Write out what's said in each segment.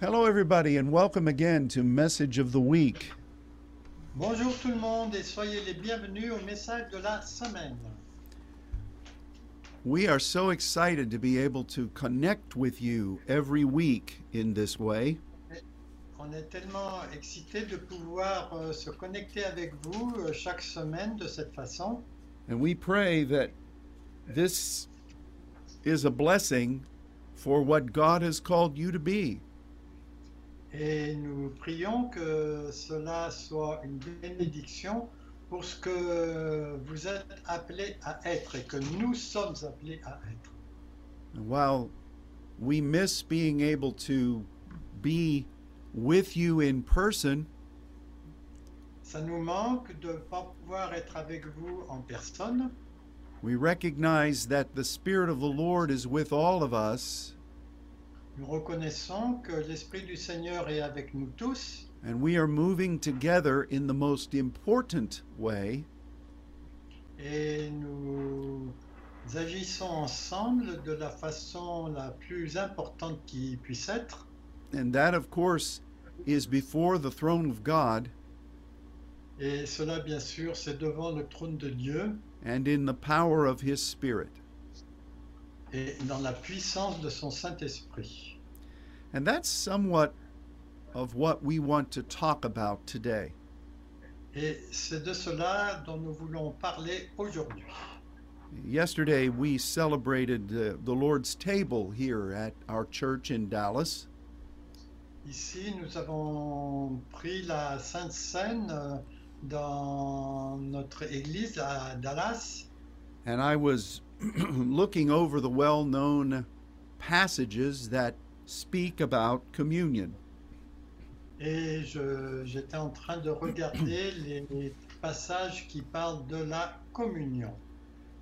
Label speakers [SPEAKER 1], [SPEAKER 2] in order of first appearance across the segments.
[SPEAKER 1] Hello, everybody, and welcome again to Message of the Week.
[SPEAKER 2] Bonjour tout le monde et soyez les bienvenus au message de la semaine.
[SPEAKER 1] We are so excited to be able to connect with you every week in this way.
[SPEAKER 2] On est tellement excités de pouvoir euh, se connecter avec vous euh, chaque semaine de cette façon
[SPEAKER 1] And we pray that this is a blessing for what God has called you to be.
[SPEAKER 2] et nous prions que cela soit une bénédiction pour ce que vous êtes appelés à être et que nous sommes appelés à être.
[SPEAKER 1] And while we miss being able to be with you in person,
[SPEAKER 2] Ça nous manque de ne pas pouvoir être avec vous en personne.
[SPEAKER 1] we recognize that the Spirit of the Lord is with all of us,
[SPEAKER 2] Nous reconnaissons que l'Esprit du Seigneur est avec nous tous
[SPEAKER 1] and we are moving together in the most important way.
[SPEAKER 2] et nous agissons ensemble de la façon la plus importante qui puisse être.
[SPEAKER 1] And that, of course, is before the throne of God
[SPEAKER 2] Et cela, bien sûr, c'est devant le trône de Dieu
[SPEAKER 1] and in the power of His Spirit.
[SPEAKER 2] et dans la puissance de son Saint-Esprit.
[SPEAKER 1] And that's somewhat of what we want to talk about today.
[SPEAKER 2] Et c'est de cela dont nous voulons parler aujourd'hui.
[SPEAKER 1] Yesterday, we celebrated uh, the Lord's table here at our church in Dallas.
[SPEAKER 2] Ici, nous avons pris la Sainte Seine euh, dans notre église à Dallas.
[SPEAKER 1] And I was looking over the well known passages that speak about communion.
[SPEAKER 2] Et je- j'étais en train de regarder les, les passages qui parlent de la communion.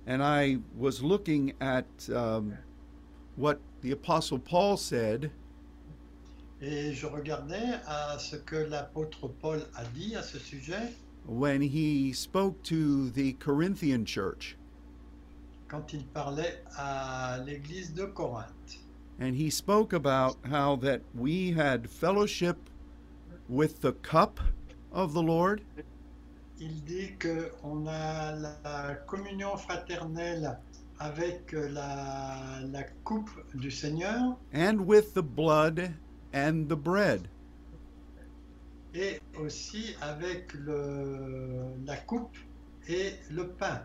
[SPEAKER 1] And I was looking at um, what the Apostle Paul said
[SPEAKER 2] Et je regardais à ce que l'apôtre Paul a dit à ce sujet
[SPEAKER 1] when he spoke to the Corinthian church.
[SPEAKER 2] quand il parlait à l'église de Corinthe.
[SPEAKER 1] And he spoke about how that we had fellowship with the cup of the Lord
[SPEAKER 2] Il dit que on a la communion fraternelle avec la, la coupe du Seigneur
[SPEAKER 1] and with the blood and the bread.
[SPEAKER 2] et aussi avec le, la coupe et le pain.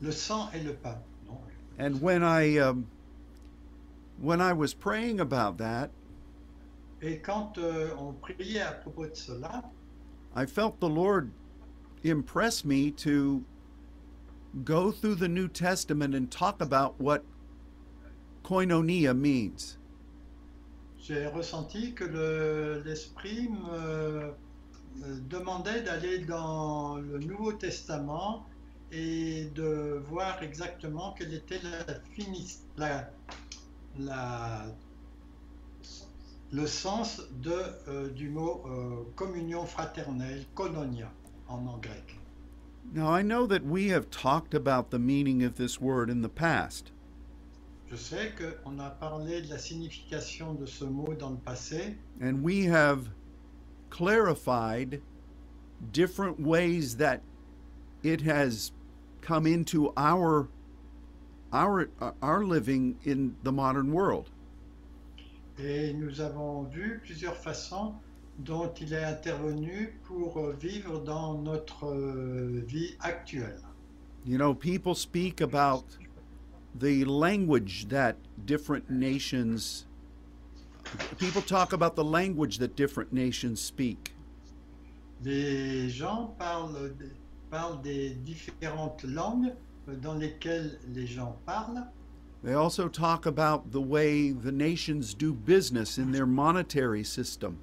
[SPEAKER 2] Le sang et le pain. Non,
[SPEAKER 1] And when I um, when I was praying about that,
[SPEAKER 2] Et quand euh, on priait à propos de cela,
[SPEAKER 1] I felt the Lord impress me to go through the New Testament and talk about what koinonia means.
[SPEAKER 2] j'ai ressenti que le- l'Esprit me me demandait d'aller dans le Nouveau Testament et de voir exactement quelle était la finis- la- la- le sens de, euh, du mot euh, communion fraternelle, koinonia en en grec.
[SPEAKER 1] Now, I know that we have talked about the meaning of this word in the past,
[SPEAKER 2] Je sais qu'on a parlé de la signification de ce mot dans le passé.
[SPEAKER 1] and we have clarified different ways that it has come into our our our living in the modern world.
[SPEAKER 2] Et nous avons vu plusieurs façons dont il est intervenu pour euh, vivre dans notre euh, vie actuelle.
[SPEAKER 1] You know, people speak about the language that different nations people talk about the language that different nations speak.
[SPEAKER 2] Les gens parlent, d- parlent des différentes langues euh, dans lesquelles les gens parlent.
[SPEAKER 1] They also talk about the way the nations do business in their monetary system.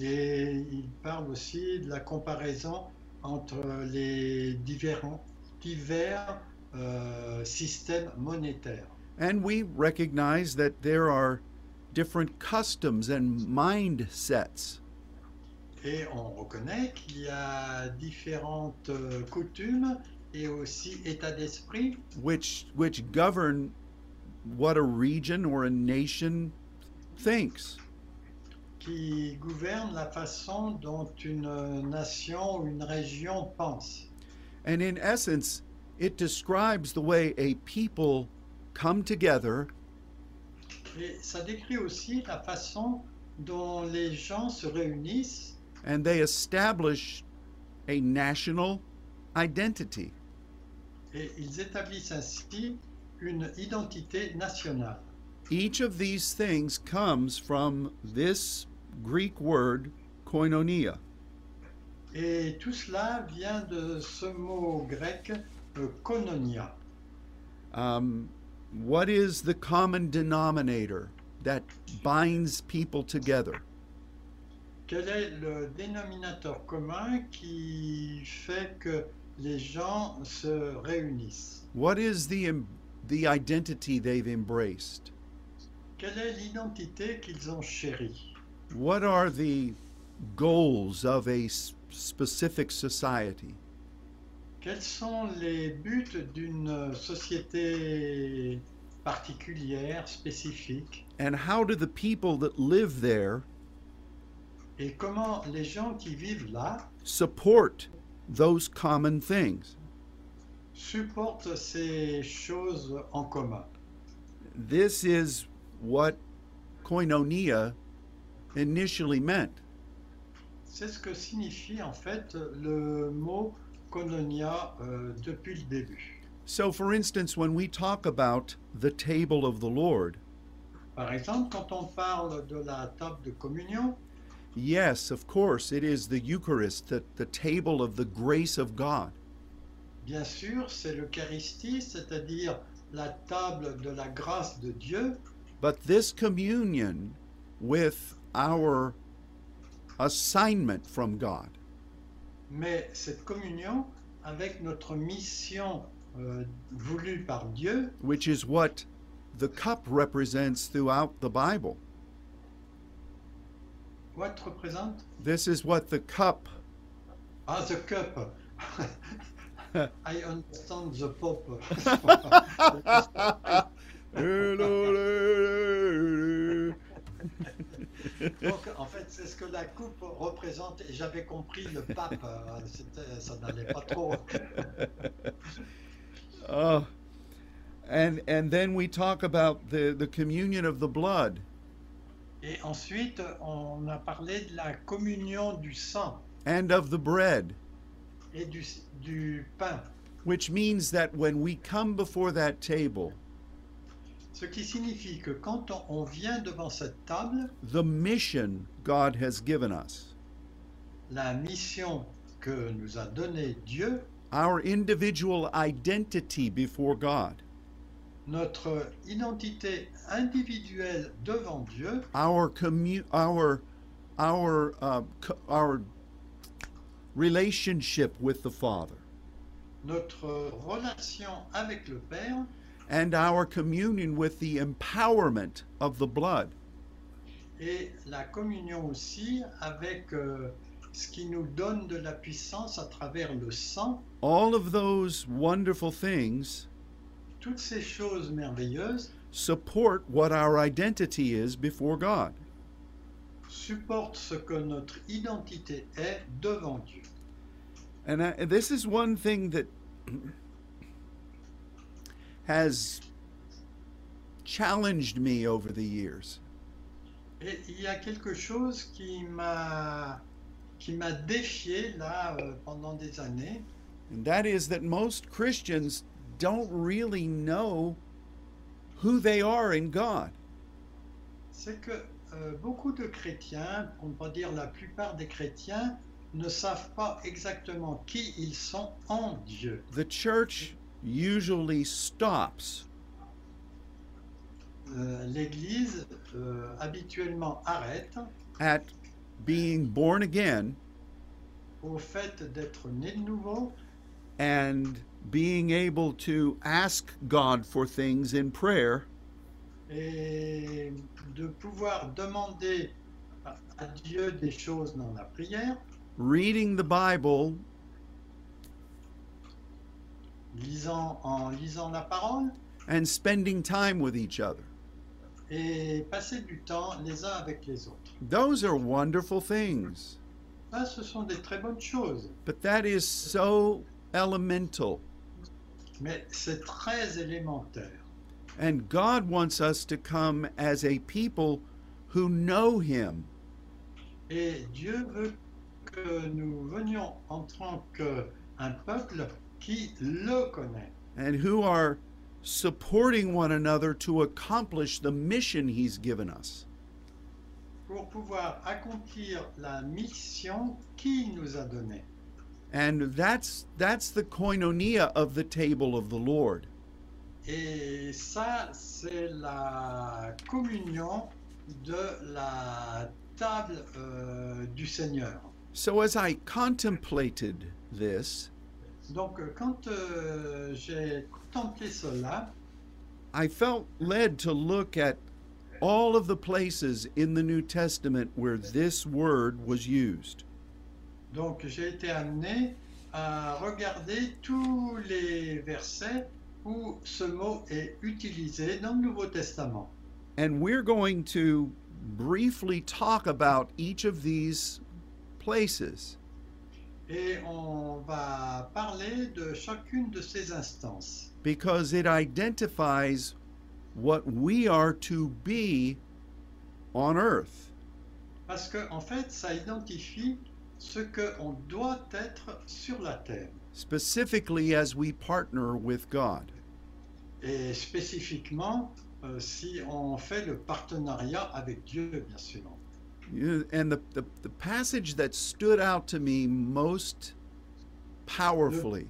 [SPEAKER 2] Et ils parlent aussi de la comparaison entre les différents, divers euh, systèmes monétaires.
[SPEAKER 1] And we recognize that there are different customs and mindsets.
[SPEAKER 2] Et on reconnaît qu'il y a différentes euh, coutumes et aussi états d'esprit
[SPEAKER 1] which which govern what a region or a nation thinks.
[SPEAKER 2] qui gouverne la façon dont une euh, nation ou une région pense.
[SPEAKER 1] And in essence, it describes the way a people come together
[SPEAKER 2] Et ça décrit aussi la façon dont les gens se réunissent
[SPEAKER 1] and they establish a national identity.
[SPEAKER 2] et ils établissent ainsi une identité nationale.
[SPEAKER 1] Each of these things comes from this Greek word, koinonia.
[SPEAKER 2] Et tout cela vient de ce mot grec euh, kononia.
[SPEAKER 1] Um, what is the common denominator that binds people together?
[SPEAKER 2] Quel est le dénominateur commun qui fait que les gens se réunissent
[SPEAKER 1] What is the, em- the identity they've embraced?
[SPEAKER 2] Quelle est l'identité qu'ils ont chérie
[SPEAKER 1] What are the goals of a s- specific society?
[SPEAKER 2] Quels sont les buts d'une société particulière, spécifique
[SPEAKER 1] And how do the people that live there
[SPEAKER 2] Et comment les gens qui vivent là
[SPEAKER 1] support those common things?
[SPEAKER 2] supportent ces choses en commun
[SPEAKER 1] This is what koinonia initially meant.
[SPEAKER 2] C'est ce que signifie en fait le mot kononia euh, depuis le début.
[SPEAKER 1] So, for instance, when we talk about the table of the Lord,
[SPEAKER 2] Par exemple, quand on parle de la table de communion,
[SPEAKER 1] yes, of course, it is the Eucharist, the, the table of the grace of God.
[SPEAKER 2] bien sûr, c'est l'Eucharistie, c'est-à-dire la table de la grâce de Dieu,
[SPEAKER 1] But this communion with our assignment from God,
[SPEAKER 2] mais cette communion avec notre mission euh, voulue par Dieu,
[SPEAKER 1] which is what the cup represents throughout the Bible.
[SPEAKER 2] what représente
[SPEAKER 1] This is what the cup,
[SPEAKER 2] Ah, the cup. I understand the pop.
[SPEAKER 1] Oh,
[SPEAKER 2] Donc, en fait, c'est ce que la coupe représente. Et j'avais compris le pape. euh, c'était- Ça n'allait pas trop.
[SPEAKER 1] Oh. and and then we talk about the, the communion of the blood,
[SPEAKER 2] Et ensuite, on a parlé de la communion du sang
[SPEAKER 1] and of the bread,
[SPEAKER 2] et du, du pain.
[SPEAKER 1] which means that when we come before that table,
[SPEAKER 2] Ce qui signifie que quand on- on vient devant cette table,
[SPEAKER 1] the mission God has given us,
[SPEAKER 2] la mission que nous a donnée Dieu,
[SPEAKER 1] our individual identity before God,
[SPEAKER 2] notre identité individuelle devant Dieu,
[SPEAKER 1] our commu- our our uh, co- our relationship with the Father,
[SPEAKER 2] notre relation avec le Père
[SPEAKER 1] and our communion with the empowerment of the blood.
[SPEAKER 2] et la communion aussi avec euh, ce qui nous donne de la puissance à travers le sang.
[SPEAKER 1] All of those wonderful things
[SPEAKER 2] Toutes ces choses merveilleuses
[SPEAKER 1] support what our identity is before God.
[SPEAKER 2] supportent ce que notre identité est devant Dieu.
[SPEAKER 1] And I, this is one thing that has challenged me over the years.
[SPEAKER 2] Et il y a quelque chose qui m'a qui m'a défié là euh, pendant des années,
[SPEAKER 1] And that is that most Christians don't really know who they are in God.
[SPEAKER 2] c'est que euh, beaucoup de chrétiens, on peut dire la plupart des chrétiens, ne savent pas exactement qui ils sont en Dieu.
[SPEAKER 1] The church usually stops
[SPEAKER 2] Euh, l'Église euh, habituellement arrête
[SPEAKER 1] at being born again
[SPEAKER 2] au fait d'être né de nouveau
[SPEAKER 1] and being able to ask God for things in prayer
[SPEAKER 2] et de pouvoir demander à à Dieu des choses dans la prière,
[SPEAKER 1] reading the Bible
[SPEAKER 2] lisant, en lisant la parole
[SPEAKER 1] and spending time with each other.
[SPEAKER 2] et passer du temps les uns avec les autres.
[SPEAKER 1] Those are wonderful things,
[SPEAKER 2] Ça, ce sont des très bonnes choses,
[SPEAKER 1] but that is so elemental.
[SPEAKER 2] mais c'est très élémentaire.
[SPEAKER 1] And God wants us to come as a people who know Him.
[SPEAKER 2] Et Dieu veut que nous venions en tant qu'un peuple qui le connaît
[SPEAKER 1] and who are supporting one another to accomplish the mission he's given us.
[SPEAKER 2] pour pouvoir accomplir la mission qu'il nous a donnée.
[SPEAKER 1] And that's that's the koinonia of the table of the Lord.
[SPEAKER 2] Et ça, c'est la communion de la table euh, du Seigneur.
[SPEAKER 1] So as I contemplated this,
[SPEAKER 2] Donc euh, quand euh, j'ai contemplé cela,
[SPEAKER 1] I felt led to look at all of the places in the New Testament where this word was used.
[SPEAKER 2] donc j'ai été amené à regarder tous les versets où ce mot est utilisé dans le Nouveau Testament.
[SPEAKER 1] And we're going to briefly talk about each of these places.
[SPEAKER 2] Et on va parler de chacune de ces instances.
[SPEAKER 1] because it identifies what we are to be on earth.
[SPEAKER 2] Parce que, en fait, ça identifie ce qu'on doit être sur la terre.
[SPEAKER 1] Specifically, as we partner with God.
[SPEAKER 2] Et spécifiquement, euh, si on fait le partenariat avec Dieu, bien sûr.
[SPEAKER 1] You- And the, the, the passage that stood out to me most powerfully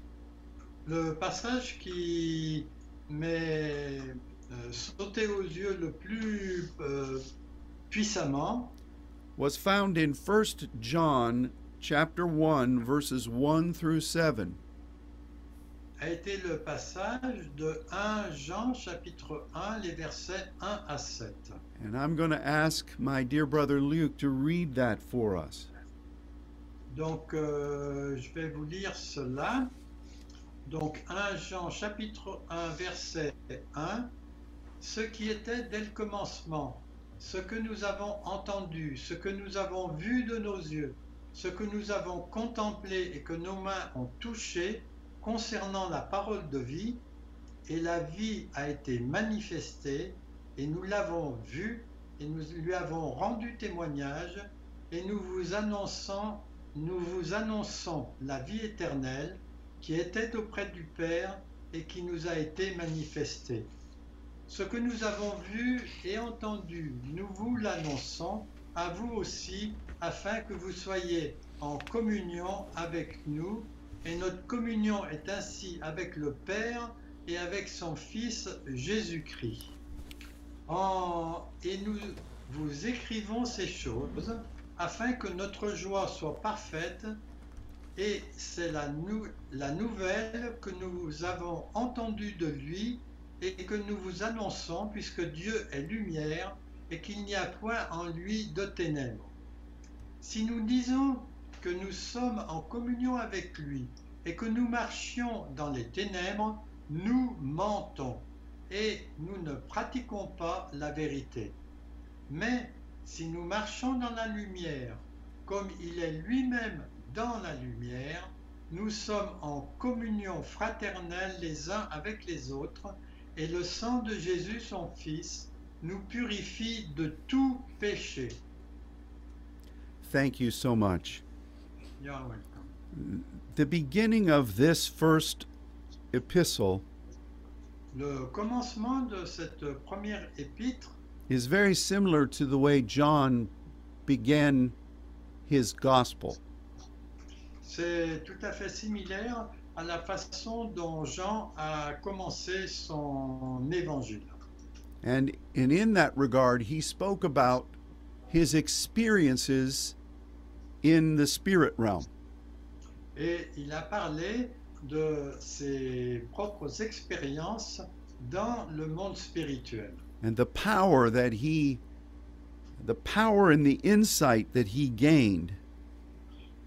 [SPEAKER 2] Le passage qui m'est euh, sauté aux yeux le plus euh, puissamment,
[SPEAKER 1] was found in 1 John chapter 1 verses 1 through 7.
[SPEAKER 2] a été le passage de 1 Jean chapitre 1, les versets 1 à 7.
[SPEAKER 1] And I'm going to ask my dear brother Luke to read that for us.
[SPEAKER 2] Donc, euh, je vais vous lire cela. Donc, 1 Jean chapitre 1, verset 1. Ce qui était dès le commencement, ce que nous avons entendu, ce que nous avons vu de nos yeux, ce que nous avons contemplé et que nos mains ont touché concernant la parole de vie, et la vie a été manifestée, et nous l'avons vue, et nous lui avons rendu témoignage, et nous vous annonçons nous vous annonçons la vie éternelle qui était auprès du Père et qui nous a été manifestée. Ce que nous avons vu et entendu, nous vous l'annonçons à vous aussi, afin que vous soyez en communion avec nous. Et notre communion est ainsi avec le Père et avec son Fils Jésus-Christ. En- Et nous vous écrivons ces choses afin que notre joie soit parfaite. Et c'est la, nou- la nouvelle que nous avons entendue de lui et que nous vous annonçons, puisque Dieu est lumière et qu'il n'y a point en lui de ténèbres. Si nous disons que nous sommes en communion avec lui et que nous marchions dans les ténèbres, nous mentons et nous ne pratiquons pas la vérité. Mais si nous marchons dans la lumière, comme il est lui-même dans la lumière, nous sommes en communion fraternelle les uns avec les autres, et le sang de Jésus, son Fils, nous purifie de tout péché.
[SPEAKER 1] Thank you so much.
[SPEAKER 2] You're welcome.
[SPEAKER 1] The beginning of this first epistle
[SPEAKER 2] Le commencement de cette première épître
[SPEAKER 1] is very similar to the way John began his gospel.
[SPEAKER 2] C'est tout à fait similaire à la façon dont Jean a commencé son évangile.
[SPEAKER 1] And, and in that regard, he spoke about his experiences in the spirit realm.
[SPEAKER 2] Et il a parlé de ses propres expériences dans le monde spirituel
[SPEAKER 1] and the power that he the power and the insight that he gained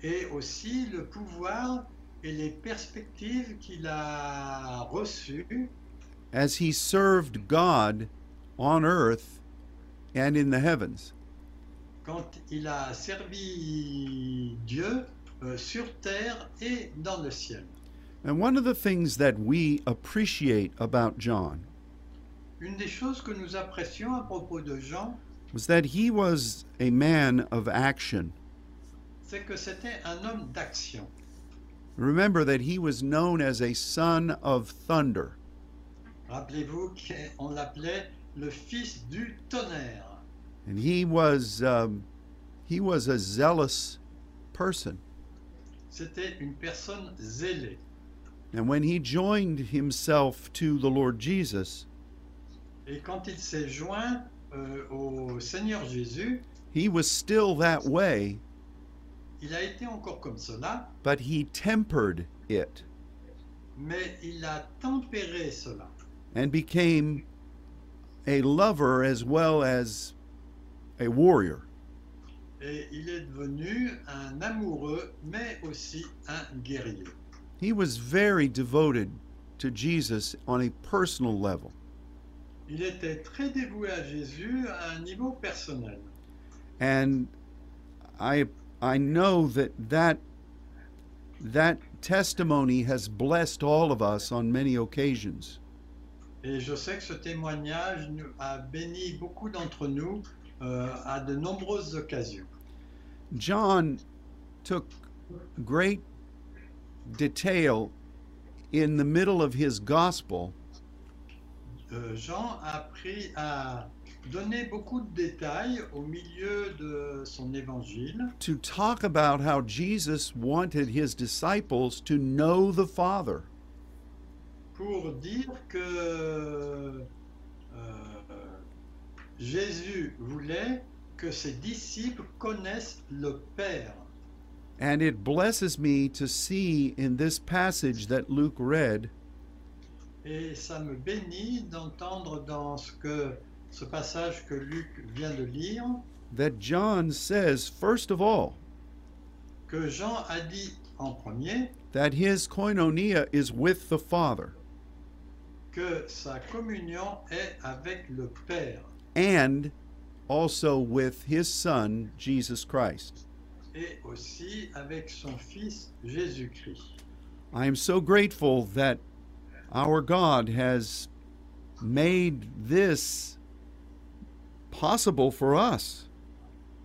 [SPEAKER 2] et aussi le pouvoir et les perspectives qu'il a reçues
[SPEAKER 1] as he served God on earth and in the heavens.
[SPEAKER 2] quand il a servi Dieu euh, sur terre et dans le ciel.
[SPEAKER 1] And one of the things that we appreciate about John
[SPEAKER 2] Une des choses que nous apprécions à propos de Jean,
[SPEAKER 1] was that he was a man of action.
[SPEAKER 2] c'est que c'était un homme d'action.
[SPEAKER 1] Remember that he was known as a son of thunder.
[SPEAKER 2] Rappelez-vous qu'on l'appelait le fils du tonnerre.
[SPEAKER 1] And he was, um, he was a zealous person.
[SPEAKER 2] C'était une personne zélée.
[SPEAKER 1] And when he joined himself to the Lord Jesus,
[SPEAKER 2] Et quand il s'est joint euh, au Seigneur Jésus,
[SPEAKER 1] he was still that way,
[SPEAKER 2] il a été encore comme cela,
[SPEAKER 1] but he tempered it
[SPEAKER 2] mais il a tempéré cela.
[SPEAKER 1] and became a lover as well as a warrior.
[SPEAKER 2] Et il est devenu un amoureux, mais aussi un guerrier.
[SPEAKER 1] He was very devoted to Jesus on a personal level.
[SPEAKER 2] Il était très dévoué à Jésus à un niveau personnel.
[SPEAKER 1] and i i know that that that testimony has blessed all of us on many occasions
[SPEAKER 2] Et je sais que ce témoignage nous- a béni beaucoup d'entre nous euh, à de nombreuses occasions.
[SPEAKER 1] john took great detail in the middle of his gospel
[SPEAKER 2] Euh, Jean a, pris, a donné beaucoup de détails au milieu de son évangile
[SPEAKER 1] to talk about how jesus wanted his disciples to know the father
[SPEAKER 2] pour dire que euh, Jésus voulait que ses disciples connaissent le Père.
[SPEAKER 1] and it blesses me to see in this passage that luke read
[SPEAKER 2] Et ça me bénit d'entendre dans ce, que, ce passage que Luc vient de lire
[SPEAKER 1] that john says first of all
[SPEAKER 2] que Jean a dit en premier
[SPEAKER 1] that his koinonia is with the Father
[SPEAKER 2] que sa communion est avec le Père
[SPEAKER 1] and also with his Son, Jesus Christ.
[SPEAKER 2] et aussi avec son Fils Jésus-Christ.
[SPEAKER 1] I am so grateful that our God has made this possible for us.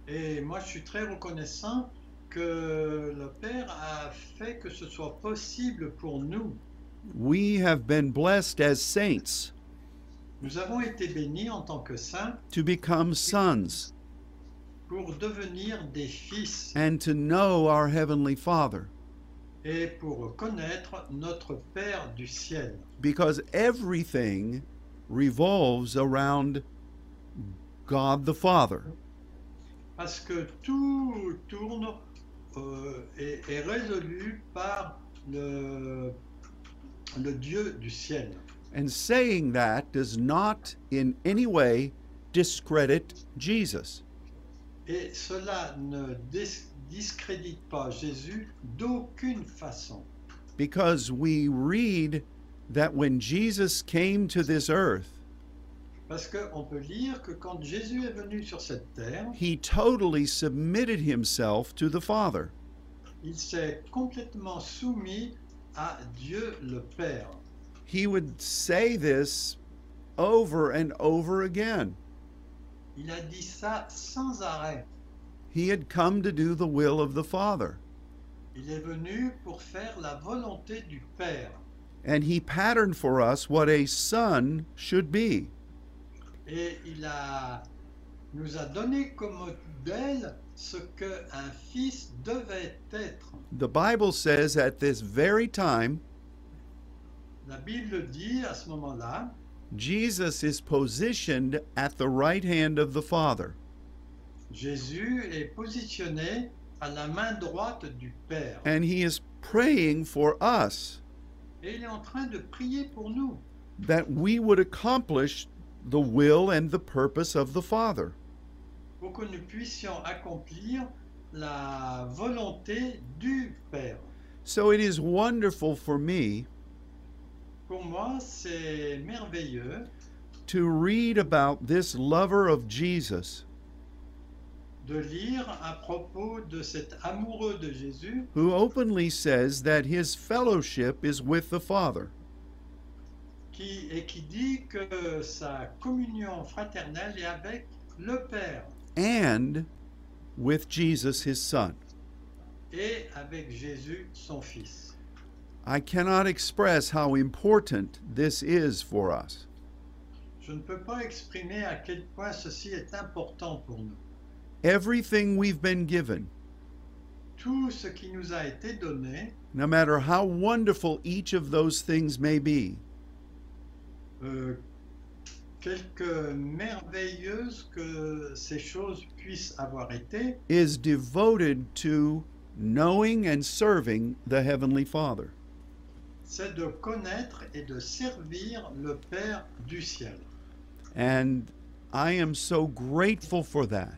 [SPEAKER 2] Et moi, je suis très reconnaissant que le Père a fait que ce soit possible pour nous.
[SPEAKER 1] We have been blessed as saints
[SPEAKER 2] Nous avons été bénis en tant que saints
[SPEAKER 1] to become sons
[SPEAKER 2] pour devenir des fils
[SPEAKER 1] and to know our Heavenly Father
[SPEAKER 2] et pour connaître notre Père du ciel.
[SPEAKER 1] because everything revolves around God the Father.
[SPEAKER 2] Parce que tout tourne euh, et est résolu par le, le Dieu du ciel.
[SPEAKER 1] And saying that does not in any way discredit Jesus.
[SPEAKER 2] Et cela ne dis- discrédite pas Jésus d'aucune façon.
[SPEAKER 1] Because we read that when Jesus came to this earth,
[SPEAKER 2] Parce qu'on peut lire que quand Jésus est venu sur cette terre,
[SPEAKER 1] he totally submitted himself to the Father.
[SPEAKER 2] il s'est complètement soumis à Dieu le Père.
[SPEAKER 1] He would say this over and over again.
[SPEAKER 2] Il a dit ça sans arrêt.
[SPEAKER 1] He had come to do the will of the Father.
[SPEAKER 2] Il est venu pour faire la volonté du Père.
[SPEAKER 1] And he patterned for us what a son should be.
[SPEAKER 2] Et il a, nous a donné comme modèle ce qu'un fils devait être.
[SPEAKER 1] The Bible says at this very time,
[SPEAKER 2] La Bible le dit à ce moment-là,
[SPEAKER 1] Jesus is positioned at the right hand of the Father.
[SPEAKER 2] Jésus est positionné à la main droite du Père.
[SPEAKER 1] And he is praying for us
[SPEAKER 2] Et il est en train de prier pour nous,
[SPEAKER 1] that we would accomplish the will and the purpose of the Father.
[SPEAKER 2] pour que nous puissions accomplir la volonté du Père.
[SPEAKER 1] So it is wonderful for me
[SPEAKER 2] Pour moi, c'est merveilleux
[SPEAKER 1] to read about this lover of Jesus
[SPEAKER 2] de lire à propos de cet amoureux de Jésus
[SPEAKER 1] who openly says that his fellowship is with the Father.
[SPEAKER 2] qui, et qui dit que sa communion fraternelle est avec le Père
[SPEAKER 1] and with Jesus, his son.
[SPEAKER 2] et avec Jésus son Fils.
[SPEAKER 1] I cannot express how important this is for us.
[SPEAKER 2] Je ne peux pas exprimer à quel point ceci est important pour nous.
[SPEAKER 1] Everything we've been given,
[SPEAKER 2] Tout ce qui nous a été donné,
[SPEAKER 1] no matter how wonderful each of those things may be,
[SPEAKER 2] euh, quelque merveilleuse que ces choses puissent avoir été,
[SPEAKER 1] is devoted to knowing and serving the Heavenly Father.
[SPEAKER 2] c'est de connaître et de servir le Père du ciel.
[SPEAKER 1] And I am so grateful for that.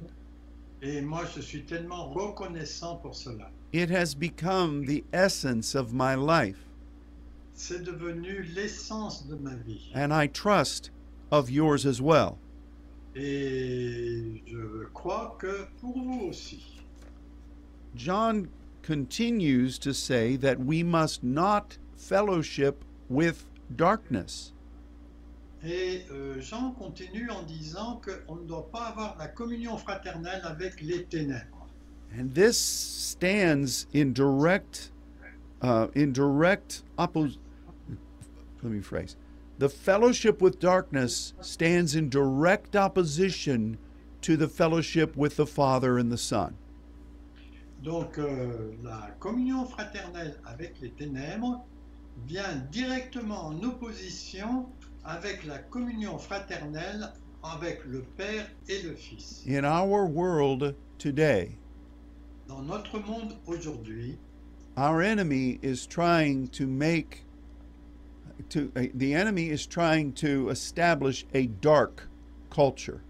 [SPEAKER 2] Et moi, je suis tellement reconnaissant pour cela.
[SPEAKER 1] It has become the essence of my life,
[SPEAKER 2] C'est devenu l'essence de ma vie.
[SPEAKER 1] and I trust of yours as well.
[SPEAKER 2] Et je crois que pour vous aussi.
[SPEAKER 1] John continues to say that we must not fellowship with darkness.
[SPEAKER 2] Et euh, Jean continue en disant qu'on ne doit pas avoir la communion fraternelle avec les ténèbres.
[SPEAKER 1] And this stands in direct, uh, in direct opposition. Let me phrase. The fellowship with darkness stands in direct opposition to the fellowship with the Father and the Son.
[SPEAKER 2] Donc euh, la communion fraternelle avec les ténèbres vient directement en opposition avec la communion fraternelle avec le Père et le Fils.
[SPEAKER 1] In our world today,
[SPEAKER 2] Dans notre monde aujourd'hui,
[SPEAKER 1] our enemy is trying to make to uh, the enemy is trying to establish a dark culture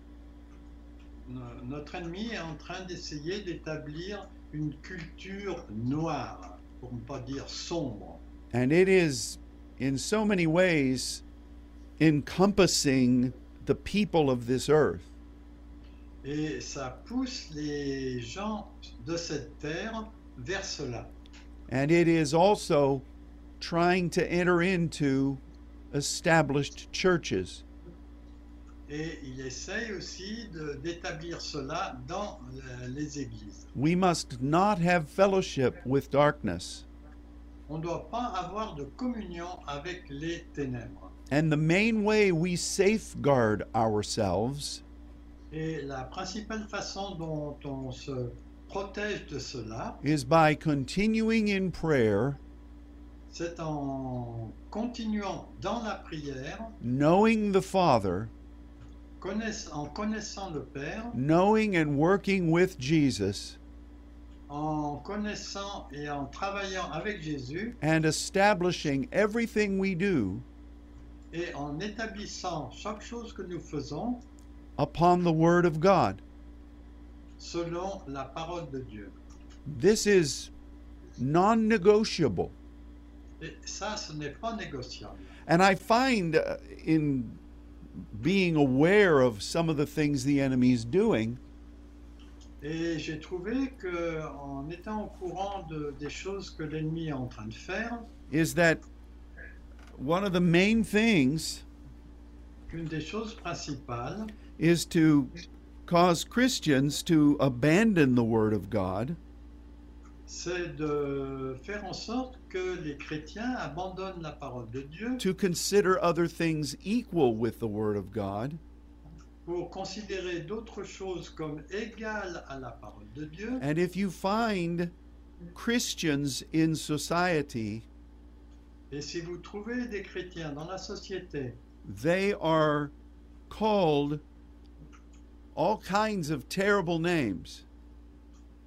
[SPEAKER 2] no- notre ennemi est en train d'essayer d'établir une culture noire, pour ne pas dire sombre.
[SPEAKER 1] and it is in so many ways encompassing the people of this earth
[SPEAKER 2] Et ça pousse les gens de cette terre vers cela.
[SPEAKER 1] and it is also trying to enter into established churches
[SPEAKER 2] Et il essaye aussi de- d'établir cela dans euh, les églises.
[SPEAKER 1] we must not have fellowship with darkness
[SPEAKER 2] On ne doit pas avoir de communion avec les ténèbres.
[SPEAKER 1] and the main way we safeguard ourselves
[SPEAKER 2] Et la principale façon dont on se protège de cela,
[SPEAKER 1] is by continuing in prayer,
[SPEAKER 2] c'est en continuant dans la prière,
[SPEAKER 1] knowing the Father,
[SPEAKER 2] connaiss- en connaissant le Père,
[SPEAKER 1] knowing and working with Jesus,
[SPEAKER 2] en connaissant et en travaillant avec Jésus
[SPEAKER 1] and establishing everything we do
[SPEAKER 2] et en établissant chaque chose que nous faisons
[SPEAKER 1] upon the Word of God.
[SPEAKER 2] selon la parole de Dieu.
[SPEAKER 1] This is non negotiable.
[SPEAKER 2] Et ça, ce n'est pas négociable.
[SPEAKER 1] And I find uh, in being aware of some of the things the enemy is doing,
[SPEAKER 2] Et j'ai trouvé que en étant au courant de- des choses que l'ennemi est en train de faire,
[SPEAKER 1] is that one of the main things
[SPEAKER 2] une des choses principales,
[SPEAKER 1] is to cause Christians to abandon the Word of God
[SPEAKER 2] c'est de faire en sorte que les chrétiens abandonnent la parole de Dieu
[SPEAKER 1] to consider other things equal with the Word of God
[SPEAKER 2] pour considérer d'autres choses comme égales à la parole de Dieu.
[SPEAKER 1] and if you find Christians in society
[SPEAKER 2] Et si vous trouvez des chrétiens dans la société
[SPEAKER 1] they are called all kinds of terrible names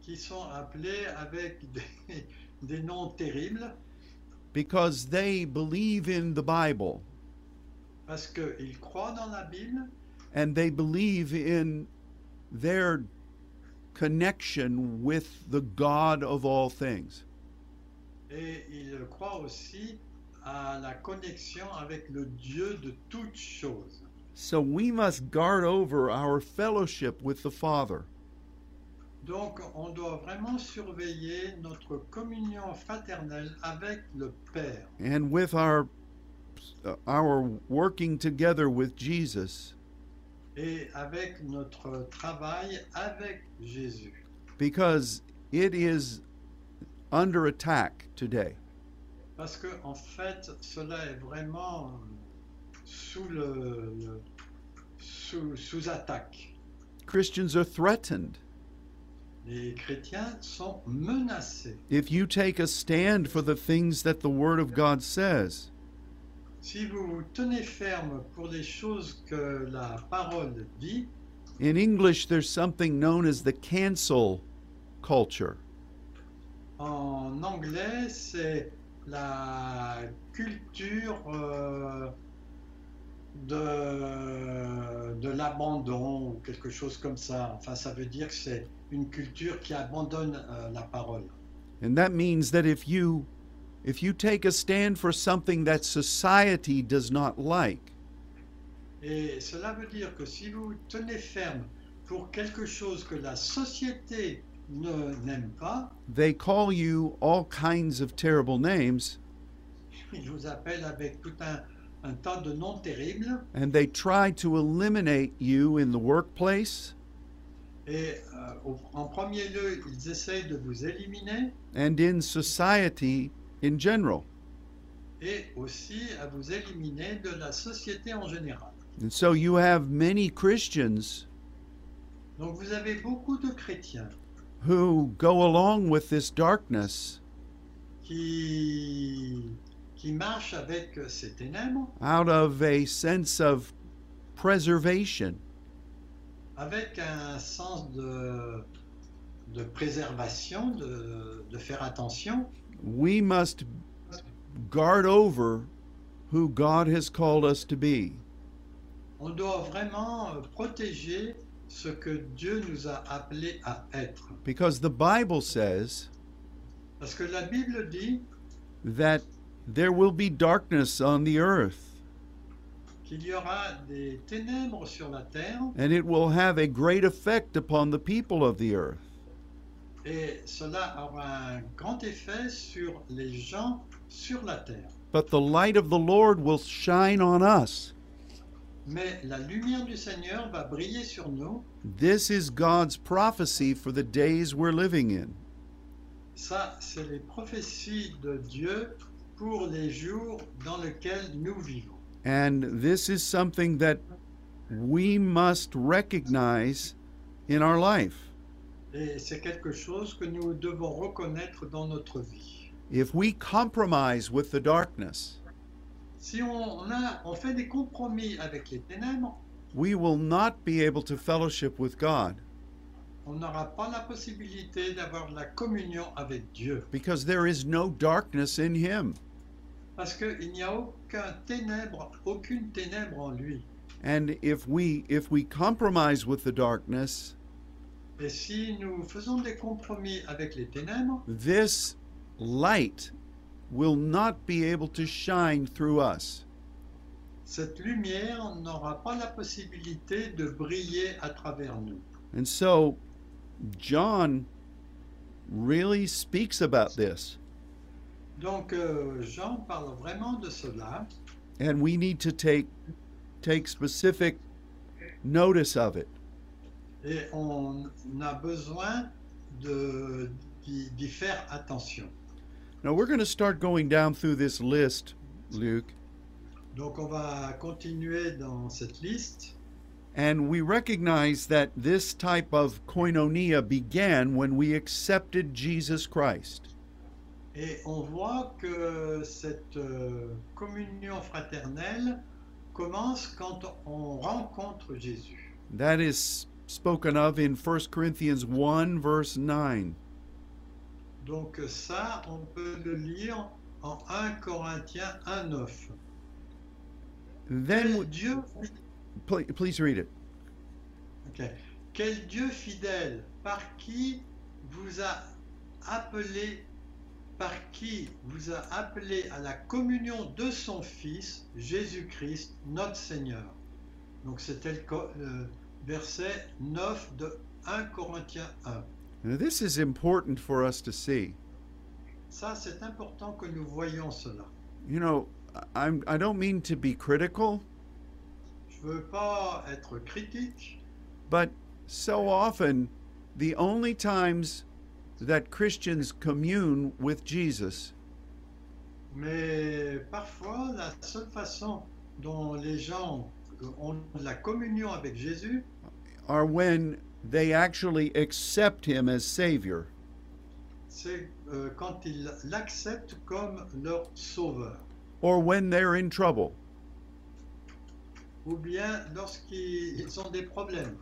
[SPEAKER 2] qui sont appelés avec des, des noms terribles
[SPEAKER 1] because they believe in the Bible
[SPEAKER 2] parce qu'ils croient dans la Bible
[SPEAKER 1] and they believe in their connection with the God of all things
[SPEAKER 2] Et il croit aussi à la connexion avec le Dieu de toutes choses.
[SPEAKER 1] So we must guard over our fellowship with the Father.
[SPEAKER 2] Donc, on doit vraiment surveiller notre communion fraternelle avec le Père
[SPEAKER 1] and with our uh, our working together with Jesus
[SPEAKER 2] et avec notre travail avec Jésus.
[SPEAKER 1] because it is under attack today.
[SPEAKER 2] Parce que, en fait, cela est vraiment sous, le, le- sous, sous attaque.
[SPEAKER 1] Christians are threatened.
[SPEAKER 2] Les chrétiens sont menacés.
[SPEAKER 1] If you take a stand for the things that the word of God says,
[SPEAKER 2] Si vous vous tenez ferme pour les choses que la parole dit,
[SPEAKER 1] in English there's something known as the cancel culture.
[SPEAKER 2] En anglais, c'est la culture euh, de, de l'abandon ou quelque chose comme ça. Enfin, ça veut dire que c'est une culture qui abandonne euh, la parole.
[SPEAKER 1] And that means that if you if you take a stand for something that society does not like,
[SPEAKER 2] Et cela veut dire que si vous tenez ferme pour quelque chose que la société ne n'aime pas,
[SPEAKER 1] they call you all kinds of terrible names
[SPEAKER 2] il vous appelle avec tout un, un tas de noms terribles.
[SPEAKER 1] and they try to eliminate you in the workplace
[SPEAKER 2] Et euh, au- en premier lieu, ils essayent de vous éliminer.
[SPEAKER 1] and in society in general.
[SPEAKER 2] et aussi à vous éliminer de la société en général.
[SPEAKER 1] And so you have many Christians
[SPEAKER 2] Donc vous avez beaucoup de chrétiens
[SPEAKER 1] who go along with this darkness
[SPEAKER 2] qui, qui marchent avec ces ténèbres,
[SPEAKER 1] out of a sense of preservation.
[SPEAKER 2] avec un sens de, de préservation, de, de faire attention.
[SPEAKER 1] We must guard over who God has called us to be.
[SPEAKER 2] On doit vraiment euh, protéger ce que Dieu nous a appelés à être.
[SPEAKER 1] Because the Bible says
[SPEAKER 2] Parce que la Bible dit
[SPEAKER 1] that there will be darkness on the earth,
[SPEAKER 2] qu'il y aura des ténèbres sur la terre
[SPEAKER 1] and it will have a great effect upon the people of the earth.
[SPEAKER 2] Et cela aura un grand effet sur les gens sur la terre.
[SPEAKER 1] But the light of the Lord will shine on us.
[SPEAKER 2] Mais la lumière du Seigneur va briller sur nous.
[SPEAKER 1] This is God's prophecy for the days we're living in.
[SPEAKER 2] Ça, c'est les prophéties de Dieu pour les jours dans lesquels nous vivons.
[SPEAKER 1] And this is something that we must recognize in our life.
[SPEAKER 2] Et c'est quelque chose que nous devons reconnaître dans notre vie.
[SPEAKER 1] If we compromise with the darkness,
[SPEAKER 2] Si on, a, on fait des compromis avec les ténèbres,
[SPEAKER 1] we will not be able to fellowship with God
[SPEAKER 2] on n'aura pas la possibilité d'avoir la communion avec Dieu.
[SPEAKER 1] because there is no darkness in Him.
[SPEAKER 2] Parce qu'il n'y a aucun ténèbre, aucune ténèbre en lui.
[SPEAKER 1] And if we if we compromise with the darkness,
[SPEAKER 2] Et si nous faisons des compromis avec les ténèbres,
[SPEAKER 1] this light will not be able to shine through us.
[SPEAKER 2] cette lumière n'aura pas la possibilité de briller à travers nous.
[SPEAKER 1] And so John really speaks about this.
[SPEAKER 2] Donc euh, Jean parle vraiment de cela
[SPEAKER 1] and we need to take take specific notice of it.
[SPEAKER 2] et on a besoin de- d'y d'y faire attention.
[SPEAKER 1] Now we're going to start going down through this list, Luke,
[SPEAKER 2] Donc on va continuer dans cette liste
[SPEAKER 1] and we recognize that this type of koinonia began when we accepted Jesus Christ.
[SPEAKER 2] et on voit que cette euh, communion fraternelle commence quand on rencontre Jésus.
[SPEAKER 1] That is spoken of in 1 Corinthians 1 verse 9.
[SPEAKER 2] Donc ça, on peut le lire en 1 Corinthiens 1.9.
[SPEAKER 1] Then
[SPEAKER 2] Quel
[SPEAKER 1] we-
[SPEAKER 2] Dieu,
[SPEAKER 1] pl- please read it.
[SPEAKER 2] ok. Quel Dieu fidèle, par qui vous a appelé, par qui vous a appelé à la communion de son Fils, Jésus-Christ, notre Seigneur. Donc c'était le co- le verset 9 de 1 Corinthiens 1.
[SPEAKER 1] Now, this is important for us to see.
[SPEAKER 2] Ça, c'est important que nous voyons cela.
[SPEAKER 1] You know, I- I'm, I don't mean to be critical,
[SPEAKER 2] Je ne veux pas être critique,
[SPEAKER 1] but so often the only times that Christians commune with Jesus
[SPEAKER 2] mais parfois, la seule façon dont les gens ont de la communion avec Jésus,
[SPEAKER 1] are when they actually accept him as Savior.
[SPEAKER 2] c'est euh, quand ils l'acceptent comme leur sauveur,
[SPEAKER 1] or when they're in trouble.
[SPEAKER 2] ou bien lorsqu'ils ont des problèmes.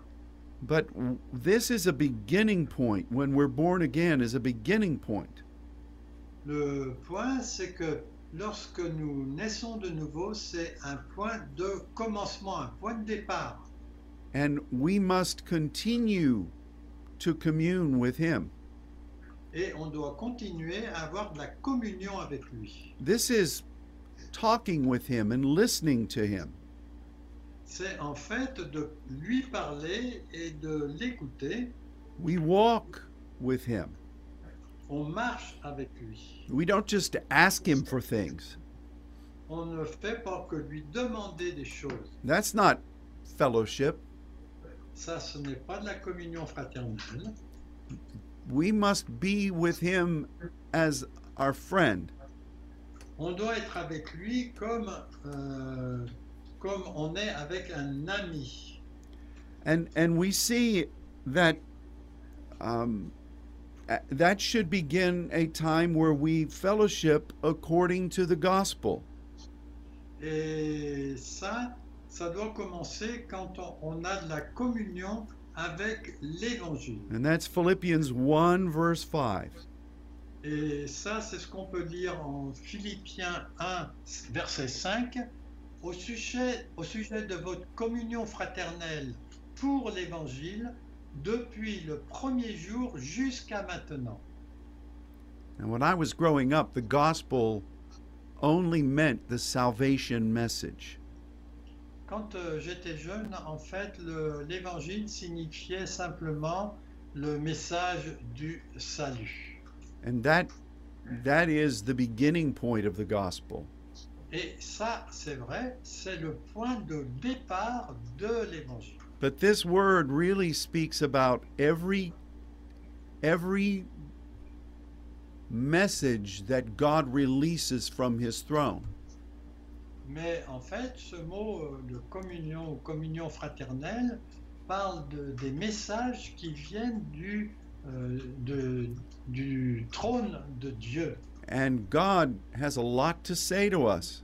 [SPEAKER 1] But w- this is a beginning point. When we're born again is a beginning point.
[SPEAKER 2] Le point, c'est que lorsque nous naissons de nouveau, c'est un point de commencement, un point de départ.
[SPEAKER 1] And we must continue to commune with Him.
[SPEAKER 2] Et on doit continuer à avoir de la communion avec lui.
[SPEAKER 1] This is talking with Him and listening to Him.
[SPEAKER 2] C'est en fait de lui parler et de l'écouter.
[SPEAKER 1] We walk with Him.
[SPEAKER 2] On marche avec lui.
[SPEAKER 1] We don't just ask Him for things.
[SPEAKER 2] On ne fait pas que lui demander des choses.
[SPEAKER 1] That's not fellowship.
[SPEAKER 2] Ça, ce n'est pas de la communion fraternelle.
[SPEAKER 1] We must be with Him as our friend.
[SPEAKER 2] On doit être avec lui comme, euh, comme on est avec un ami.
[SPEAKER 1] and and we see that um, a- that should begin a time where we fellowship according to the gospel
[SPEAKER 2] Et ça, ça doit commencer quand on, on a de la communion avec l'Évangile.
[SPEAKER 1] and that's philippians 1 verse 5
[SPEAKER 2] Et ça, c'est ce qu'on peut lire en Philippiens 1, verset 5. Au sujet, au sujet de votre communion fraternelle pour l'Évangile, depuis le premier jour jusqu'à maintenant.
[SPEAKER 1] and when i was growing up the gospel only meant the salvation message
[SPEAKER 2] Quand euh, j'étais jeune, en fait, le- l'Évangile signifiait simplement le message du salut.
[SPEAKER 1] and that that is the beginning point of the gospel
[SPEAKER 2] Et ça, c'est vrai, c'est le point de départ de l'évangile.
[SPEAKER 1] but this word really speaks about every every message that God releases from his throne.
[SPEAKER 2] Mais en fait, ce mot euh, de communion ou communion fraternelle parle de- des messages qui viennent du, euh, de- du trône de Dieu.
[SPEAKER 1] And God has a lot to say to us,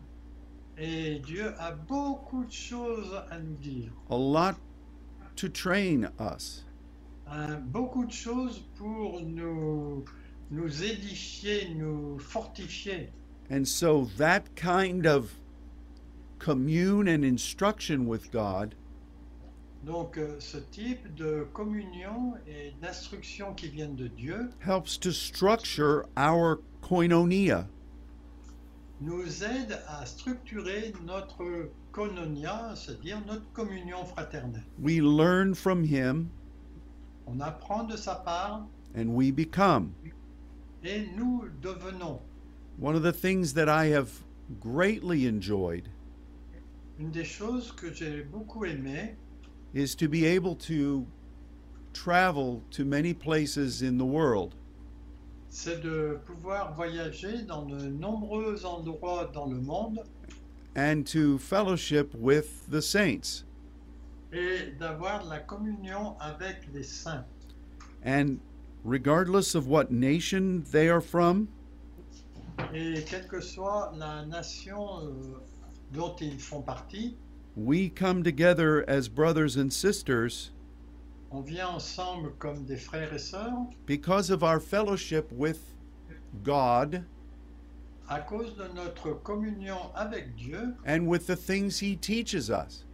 [SPEAKER 2] Et Dieu a beaucoup de choses à nous dire,
[SPEAKER 1] a lot to train us.
[SPEAKER 2] hein, beaucoup de choses pour nous, nous édifier, nous fortifier.
[SPEAKER 1] And so that kind of commune and instruction with God
[SPEAKER 2] Donc euh, ce type de communion et d'instruction qui viennent de Dieu
[SPEAKER 1] helps to structure our koinonia.
[SPEAKER 2] nous aide à structurer notre koinonia, c'est-à-dire notre communion fraternelle.
[SPEAKER 1] We learn from him
[SPEAKER 2] On apprend de sa part
[SPEAKER 1] and we become.
[SPEAKER 2] et nous devenons.
[SPEAKER 1] One of the things that I have greatly enjoyed
[SPEAKER 2] Une des choses que j'ai beaucoup aimé,
[SPEAKER 1] is to be able to travel to many places in the world
[SPEAKER 2] c'est de pouvoir voyager dans de nombreux endroits dans le monde
[SPEAKER 1] and to fellowship with the saints.
[SPEAKER 2] et d'avoir la communion avec les saints.
[SPEAKER 1] And regardless of what nation they are from,
[SPEAKER 2] Et quelle que soit la nation euh, dont ils font partie,
[SPEAKER 1] we come together as brothers and sisters
[SPEAKER 2] On vient ensemble comme des frères et sœurs
[SPEAKER 1] because of our fellowship with God
[SPEAKER 2] à cause de notre communion avec Dieu
[SPEAKER 1] and with the things He teaches us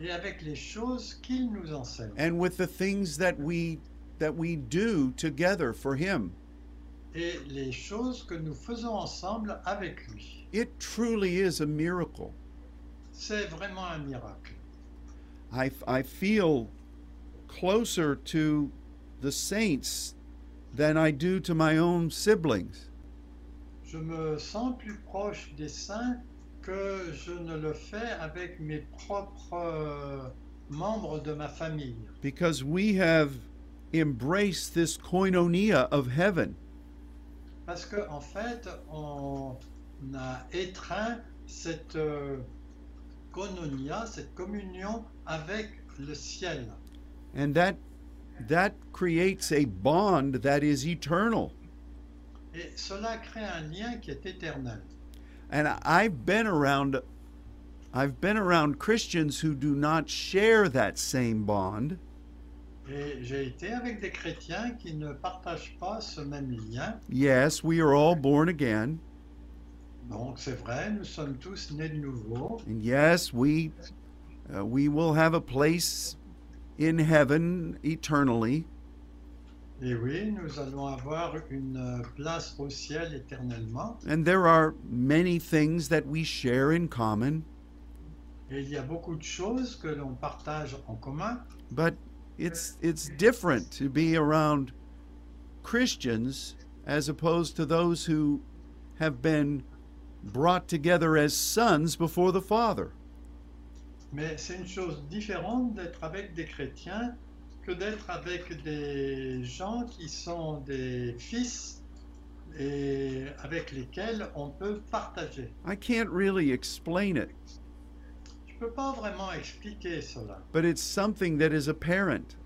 [SPEAKER 2] et avec les choses qu'il nous enseigne
[SPEAKER 1] and with the things that we that we do together for Him.
[SPEAKER 2] et les choses que nous faisons ensemble avec lui.
[SPEAKER 1] It truly is a miracle.
[SPEAKER 2] C'est vraiment un miracle.
[SPEAKER 1] I, I feel closer to the saints than I do to my own siblings.
[SPEAKER 2] Je me sens plus proche des saints que je ne le fais avec mes propres euh, membres de ma famille.
[SPEAKER 1] because we have embraced this koinonia of heaven.
[SPEAKER 2] Parce que en fait, on a étreint cette euh, koinonia, cette communion avec le ciel.
[SPEAKER 1] And that that creates a bond that is eternal.
[SPEAKER 2] Et cela crée un lien qui est éternel.
[SPEAKER 1] And I- I've been around I've been around Christians who do not share that same bond,
[SPEAKER 2] Et j'ai été avec des chrétiens qui ne partagent pas ce même lien.
[SPEAKER 1] yes, we are all born again,
[SPEAKER 2] Donc c'est vrai, nous sommes tous nés de nouveau.
[SPEAKER 1] and yes, we uh, we will have a place in heaven eternally,
[SPEAKER 2] Et oui, nous allons avoir une place au ciel éternellement.
[SPEAKER 1] and there are many things that we share in common.
[SPEAKER 2] Et il y a beaucoup de choses que l'on partage en commun.
[SPEAKER 1] but it's it's different to be around Christians as opposed to those who have been brought together as sons before the Father.
[SPEAKER 2] Mais c'est une chose différente d'être avec des chrétiens que d'être avec des gens qui sont des fils et avec lesquels on peut partager.
[SPEAKER 1] I can't really explain it,
[SPEAKER 2] Je ne peux pas vraiment expliquer cela,
[SPEAKER 1] but it's something that is apparent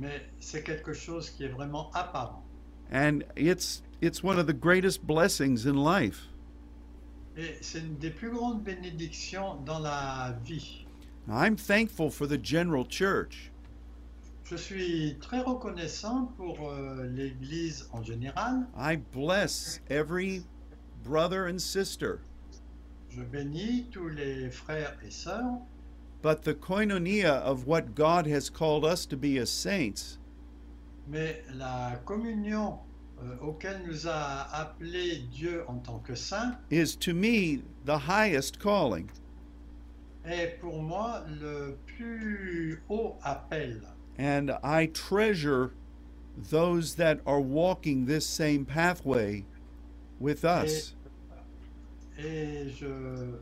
[SPEAKER 2] mais c'est quelque chose qui est vraiment apparent.
[SPEAKER 1] and it's it's one of the greatest blessings in life.
[SPEAKER 2] Et c'est une des plus grandes bénédictions dans la vie.
[SPEAKER 1] I'm thankful for the general church,
[SPEAKER 2] Je suis très reconnaissant pour euh, l'Église en général.
[SPEAKER 1] I bless every brother and sister,
[SPEAKER 2] Je bénis tous les frères et sœurs.
[SPEAKER 1] but the koinonia of what God has called us to be as saints
[SPEAKER 2] Mais la communion euh, auquel nous a appelé Dieu en tant que saint
[SPEAKER 1] is to me the highest calling.
[SPEAKER 2] est pour moi le plus haut appel.
[SPEAKER 1] And I treasure those that are walking this same pathway with us.
[SPEAKER 2] Et je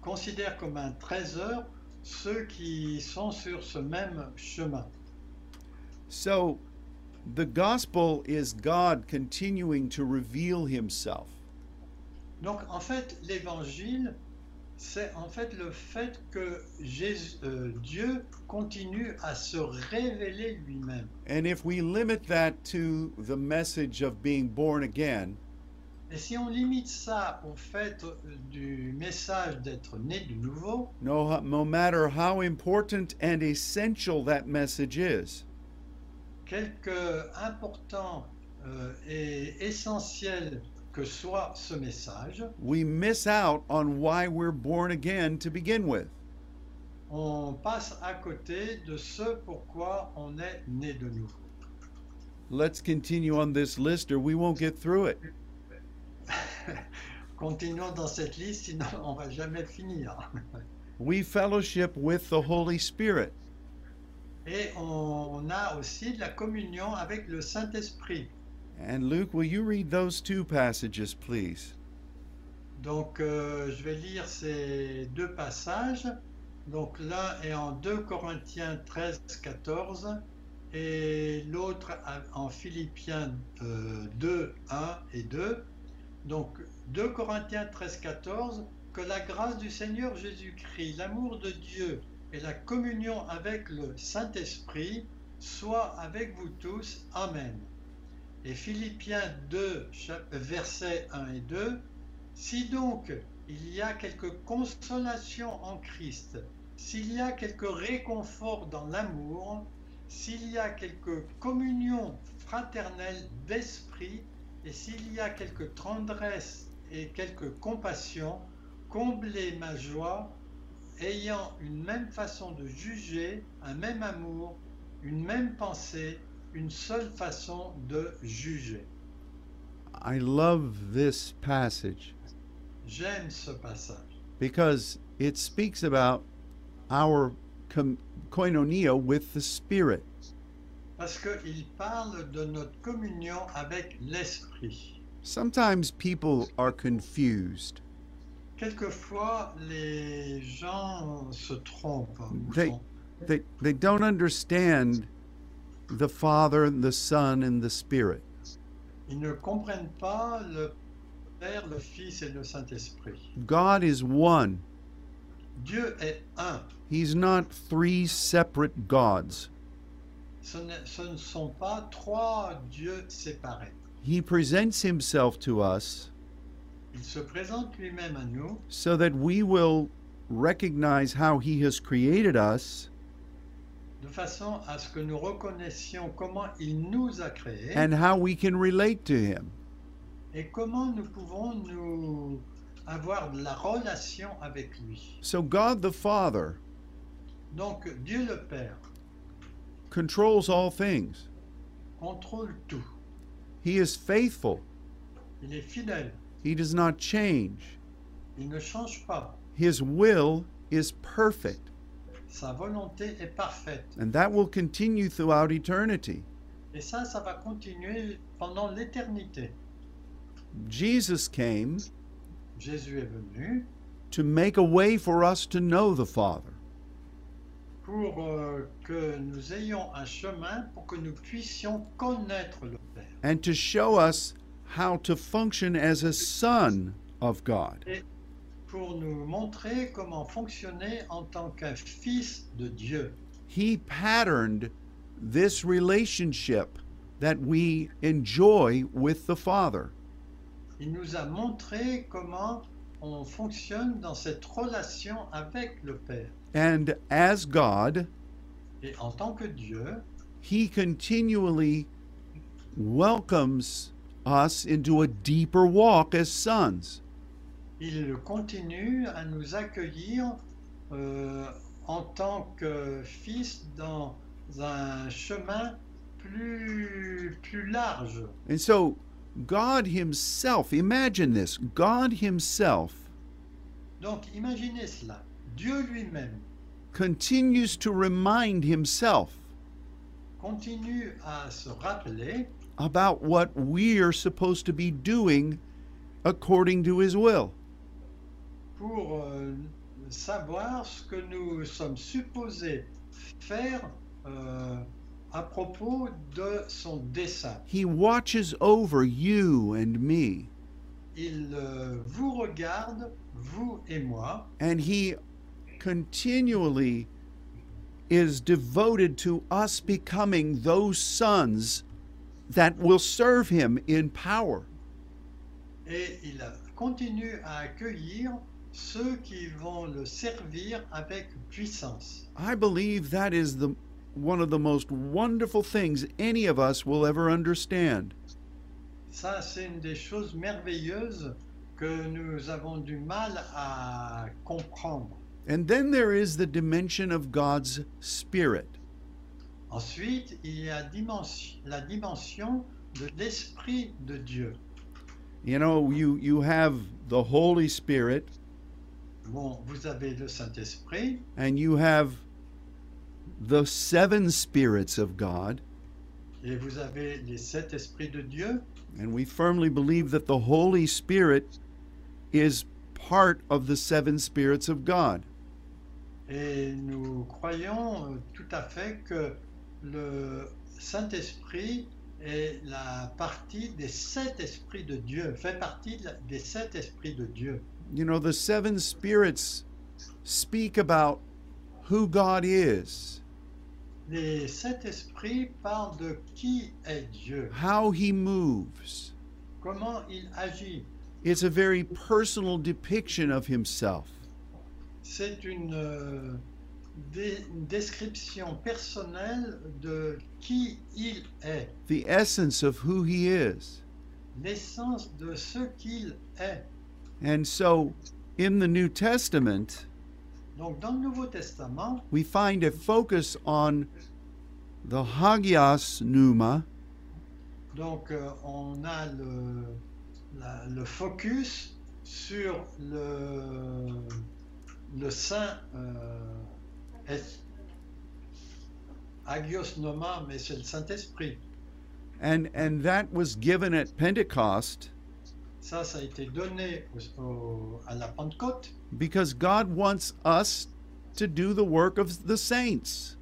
[SPEAKER 2] considère comme un trésor ceux qui sont sur ce même chemin.
[SPEAKER 1] So the gospel is God continuing to reveal himself.
[SPEAKER 2] Donc en fait, l'évangile, c'est en fait le fait que Jésus- euh, Dieu continue à se révéler lui-même.
[SPEAKER 1] And if we limit that to the message of being born again,
[SPEAKER 2] Et si on limite ça au fait du message d'être né de nouveau,
[SPEAKER 1] no, no matter how important and essential that message is,
[SPEAKER 2] quelque important euh, et essentiel que soit ce message,
[SPEAKER 1] we miss out on why we're born again to begin with.
[SPEAKER 2] on passe à côté de ce pourquoi on est né de nouveau.
[SPEAKER 1] Let's continue on this list or we won't get through it.
[SPEAKER 2] Continuons dans cette liste, sinon on va jamais finir.
[SPEAKER 1] We fellowship with the Holy Spirit.
[SPEAKER 2] Et on a aussi de la communion avec le Saint-Esprit.
[SPEAKER 1] And Luke, will you read those two passages, please?
[SPEAKER 2] Donc, euh, je vais lire ces deux passages. Donc, l'un est en 2 Corinthiens 13, 14 et l'autre a- en Philippiens euh, 2, 1 et 2. Donc, 2 Corinthiens 13, 14, que la grâce du Seigneur Jésus-Christ, l'amour de Dieu et la communion avec le Saint-Esprit soient avec vous tous. Amen. Et Philippiens 2, chap- versets 1 et 2. Si donc il y a quelque consolation en Christ, s'il y a quelque réconfort dans l'amour, s'il y a quelque communion fraternelle d'esprit, et s'il y a quelque tendresse et quelque compassion, comblez ma joie, ayant une même façon de juger, un même amour, une même pensée, une seule façon de juger.
[SPEAKER 1] I love this passage
[SPEAKER 2] J'aime ce passage.
[SPEAKER 1] because it speaks about our com- koinonia with the Spirit.
[SPEAKER 2] parce qu'il parle de notre communion avec l'Esprit.
[SPEAKER 1] Sometimes people are confused.
[SPEAKER 2] Quelquefois, les gens se trompent. au
[SPEAKER 1] They-
[SPEAKER 2] fond.
[SPEAKER 1] They, they don't understand the Father, the Son, and the Spirit.
[SPEAKER 2] Ils ne comprennent pas le Père, le Fils et le Saint-Esprit.
[SPEAKER 1] God is one,
[SPEAKER 2] Dieu est un.
[SPEAKER 1] He's not three separate gods.
[SPEAKER 2] Ce, n'est- ce ne sont pas trois dieux séparés.
[SPEAKER 1] He presents Himself to us
[SPEAKER 2] Il se présente lui-même à nous
[SPEAKER 1] so that we will recognize how He has created us
[SPEAKER 2] de façon à ce que nous reconnaissions comment il nous a créés
[SPEAKER 1] and how we can relate to Him.
[SPEAKER 2] et comment nous pouvons nous avoir de la relation avec lui.
[SPEAKER 1] So, God the Father
[SPEAKER 2] Donc Dieu le Père
[SPEAKER 1] controls all things,
[SPEAKER 2] contrôle tout.
[SPEAKER 1] He is faithful,
[SPEAKER 2] Il est fidèle.
[SPEAKER 1] He does not change.
[SPEAKER 2] Il ne change pas.
[SPEAKER 1] His will is perfect,
[SPEAKER 2] Sa volonté est parfaite.
[SPEAKER 1] and that will continue throughout eternity.
[SPEAKER 2] Et ça, ça va continuer pendant l'éternité.
[SPEAKER 1] Jesus came
[SPEAKER 2] Jésus est venu
[SPEAKER 1] to make a way for us to know the Father.
[SPEAKER 2] pour euh, que nous ayons un chemin pour que nous puissions connaître le Père.
[SPEAKER 1] and to show us how to function as a son of God.
[SPEAKER 2] pour nous montrer comment fonctionner en tant qu'un fils de Dieu.
[SPEAKER 1] He patterned this relationship that we enjoy with the Father.
[SPEAKER 2] Il nous a montré comment on fonctionne dans cette relation avec le Père.
[SPEAKER 1] And as God,
[SPEAKER 2] Et en tant que Dieu,
[SPEAKER 1] He continually welcomes us into a deeper walk as sons.
[SPEAKER 2] il continue à nous accueillir euh, en tant que fils dans un chemin plus, plus large.
[SPEAKER 1] And so, God Himself, imagine this God Himself
[SPEAKER 2] Donc imaginez cela. Dieu lui-même
[SPEAKER 1] continues to remind Himself
[SPEAKER 2] continue à se rappeler
[SPEAKER 1] about what we're supposed to be doing according to his will.
[SPEAKER 2] pour euh, savoir ce que nous sommes supposés faire euh, à propos de son dessein.
[SPEAKER 1] He watches over you and me,
[SPEAKER 2] Il euh, vous regarde, vous et moi,
[SPEAKER 1] and he continually is devoted to us becoming those sons that will serve him in power.
[SPEAKER 2] et il continue à accueillir ceux qui vont le servir avec puissance.
[SPEAKER 1] I believe that is the one of the most wonderful things any of us will ever understand.
[SPEAKER 2] Ça, c'est une des choses merveilleuses que nous avons du mal à comprendre.
[SPEAKER 1] And then there is the dimension of God's spirit.
[SPEAKER 2] Ensuite, il y a dimension- la dimension de l'Esprit de Dieu.
[SPEAKER 1] You know, you you have the Holy Spirit
[SPEAKER 2] Bon, vous avez le Saint-Esprit,
[SPEAKER 1] and you have the seven spirits of God,
[SPEAKER 2] et vous avez les sept esprits de Dieu,
[SPEAKER 1] and we firmly believe that the Holy Spirit is part of the seven spirits of God.
[SPEAKER 2] et nous croyons euh, tout à fait que le Saint-Esprit est la partie des sept esprits de Dieu, fait partie de la- des sept esprits de Dieu.
[SPEAKER 1] You know, the seven spirits speak about who God is,
[SPEAKER 2] Les sept esprits parlent de qui est Dieu,
[SPEAKER 1] how he moves.
[SPEAKER 2] comment il agit,
[SPEAKER 1] It's a very personal depiction of himself.
[SPEAKER 2] C'est une, euh, dé- une description personnelle de qui il est,
[SPEAKER 1] The essence of who he is.
[SPEAKER 2] l'essence de ce qu'il est.
[SPEAKER 1] And so in the New Testament,
[SPEAKER 2] Donc dans le Nouveau Testament,
[SPEAKER 1] we find a focus on the hagios pneuma,
[SPEAKER 2] donc euh, on a le, la- le focus sur le, le Saint euh, es- agios noma, mais c'est le Saint-Esprit.
[SPEAKER 1] And, and that was given at Pentecost
[SPEAKER 2] Ça, ça a été donné au- au- à la Pentecôte
[SPEAKER 1] because God wants us to do the work of the saints.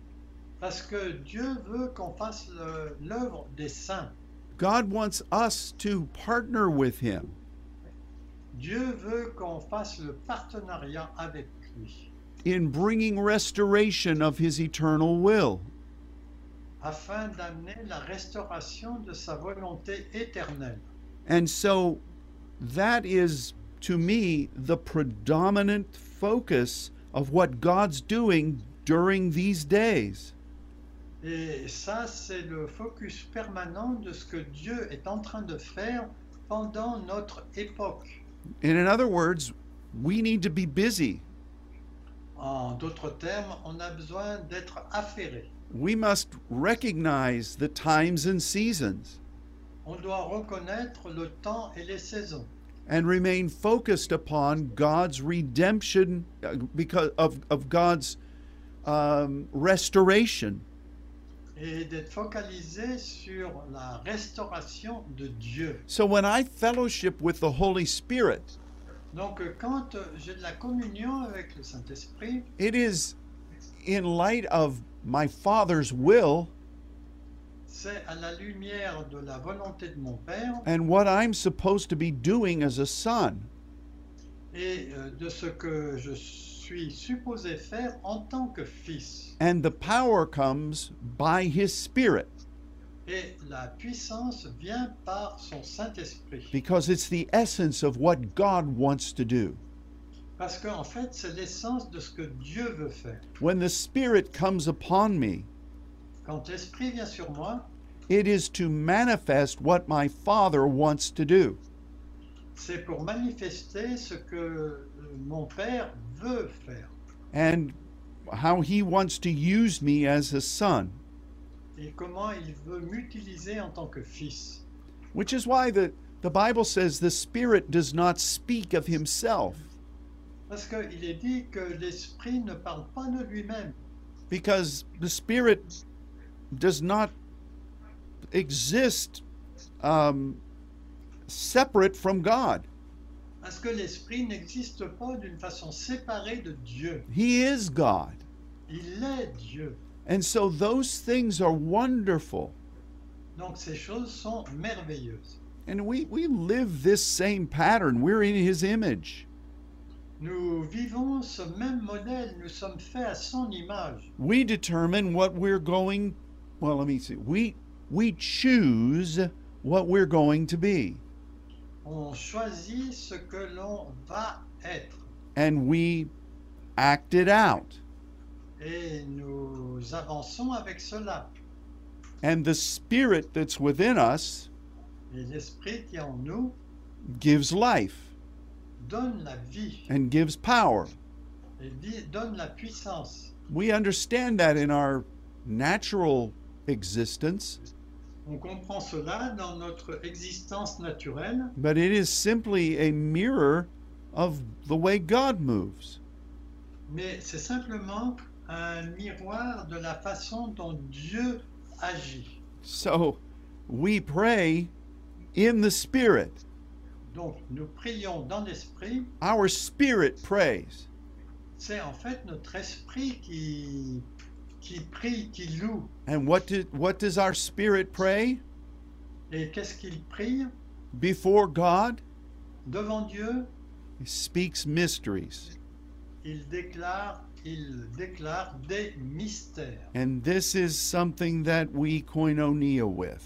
[SPEAKER 2] parce que Dieu veut qu'on fasse le- l'œuvre des saints.
[SPEAKER 1] God wants us to partner with Him.
[SPEAKER 2] Dieu veut qu'on fasse le partenariat avec lui
[SPEAKER 1] in bringing restoration of his eternal will.
[SPEAKER 2] afin d'amener la restauration de sa volonté éternelle.
[SPEAKER 1] And so that is, to me, the predominant focus of what God's doing during these days.
[SPEAKER 2] Et ça, c'est le focus permanent de ce que Dieu est en train de faire pendant notre époque.
[SPEAKER 1] And in other words, we need to be busy.
[SPEAKER 2] En d'autres termes, on a besoin d'être affairé.
[SPEAKER 1] We must recognize the times and seasons
[SPEAKER 2] On doit reconnaître le temps et les saisons
[SPEAKER 1] and remain focused upon God's redemption uh, because of, of God's um, restoration.
[SPEAKER 2] et d'être focalisé sur la restauration de Dieu.
[SPEAKER 1] So when I fellowship with the Holy Spirit,
[SPEAKER 2] Donc quand j'ai de la communion avec le Saint-Esprit,
[SPEAKER 1] it is in light of my Father's will
[SPEAKER 2] c'est à la lumière de la volonté de mon Père
[SPEAKER 1] and what I'm supposed to be doing as a son.
[SPEAKER 2] et euh, de ce que je suis supposé faire en tant que fils.
[SPEAKER 1] And the power comes by His Spirit
[SPEAKER 2] Et la puissance vient par son Saint-Esprit.
[SPEAKER 1] because it's the essence of what God wants to do.
[SPEAKER 2] Parce qu'en fait, c'est l'essence de ce que Dieu veut faire.
[SPEAKER 1] When the Spirit comes upon me,
[SPEAKER 2] Quand l'Esprit vient sur moi,
[SPEAKER 1] it is to manifest what my Father wants to do.
[SPEAKER 2] c'est pour manifester ce que euh, mon Père veut faire
[SPEAKER 1] And how he wants to use me as his son,
[SPEAKER 2] et comment il veut m'utiliser en tant que fils.
[SPEAKER 1] which is why the, the Bible says the Spirit does not speak of himself.
[SPEAKER 2] Parce qu'il est dit que l'Esprit ne parle pas de lui-même,
[SPEAKER 1] because the spirit does not exist um, separate from God.
[SPEAKER 2] parce que l'Esprit n'existe pas d'une façon séparée de Dieu.
[SPEAKER 1] He is God.
[SPEAKER 2] Il est Dieu.
[SPEAKER 1] And so those things are wonderful.
[SPEAKER 2] Donc ces choses sont merveilleuses.
[SPEAKER 1] And we, we live this same pattern. We're in his image.
[SPEAKER 2] Nous vivons ce même modèle, nous sommes faits à son image.
[SPEAKER 1] We determine what we're going well, let me see. We we choose what we're going to be.
[SPEAKER 2] On choisit ce que l'on va être
[SPEAKER 1] And we act it out.
[SPEAKER 2] et nous avançons avec cela.
[SPEAKER 1] And the spirit that's within us
[SPEAKER 2] Et l'esprit qui est en nous
[SPEAKER 1] gives life.
[SPEAKER 2] donne la vie
[SPEAKER 1] and gives power.
[SPEAKER 2] et dit- donne la puissance.
[SPEAKER 1] We understand that in our natural existence,
[SPEAKER 2] On comprend cela dans notre existence naturelle,
[SPEAKER 1] but it is simply a mirror of the way God moves.
[SPEAKER 2] mais c'est simplement un miroir de la façon dont Dieu agit.
[SPEAKER 1] So we pray in the Spirit.
[SPEAKER 2] Donc nous prions dans l'esprit
[SPEAKER 1] Our spirit prays.
[SPEAKER 2] C'est en fait notre esprit qui, qui prie, qui loue.
[SPEAKER 1] And what, did, what does our spirit pray?
[SPEAKER 2] Et qu'est-ce qu'il prie
[SPEAKER 1] Before God,
[SPEAKER 2] Devant Dieu,
[SPEAKER 1] he speaks mysteries.
[SPEAKER 2] il déclare, il déclare des mystères.
[SPEAKER 1] And this is something that we koinonia with.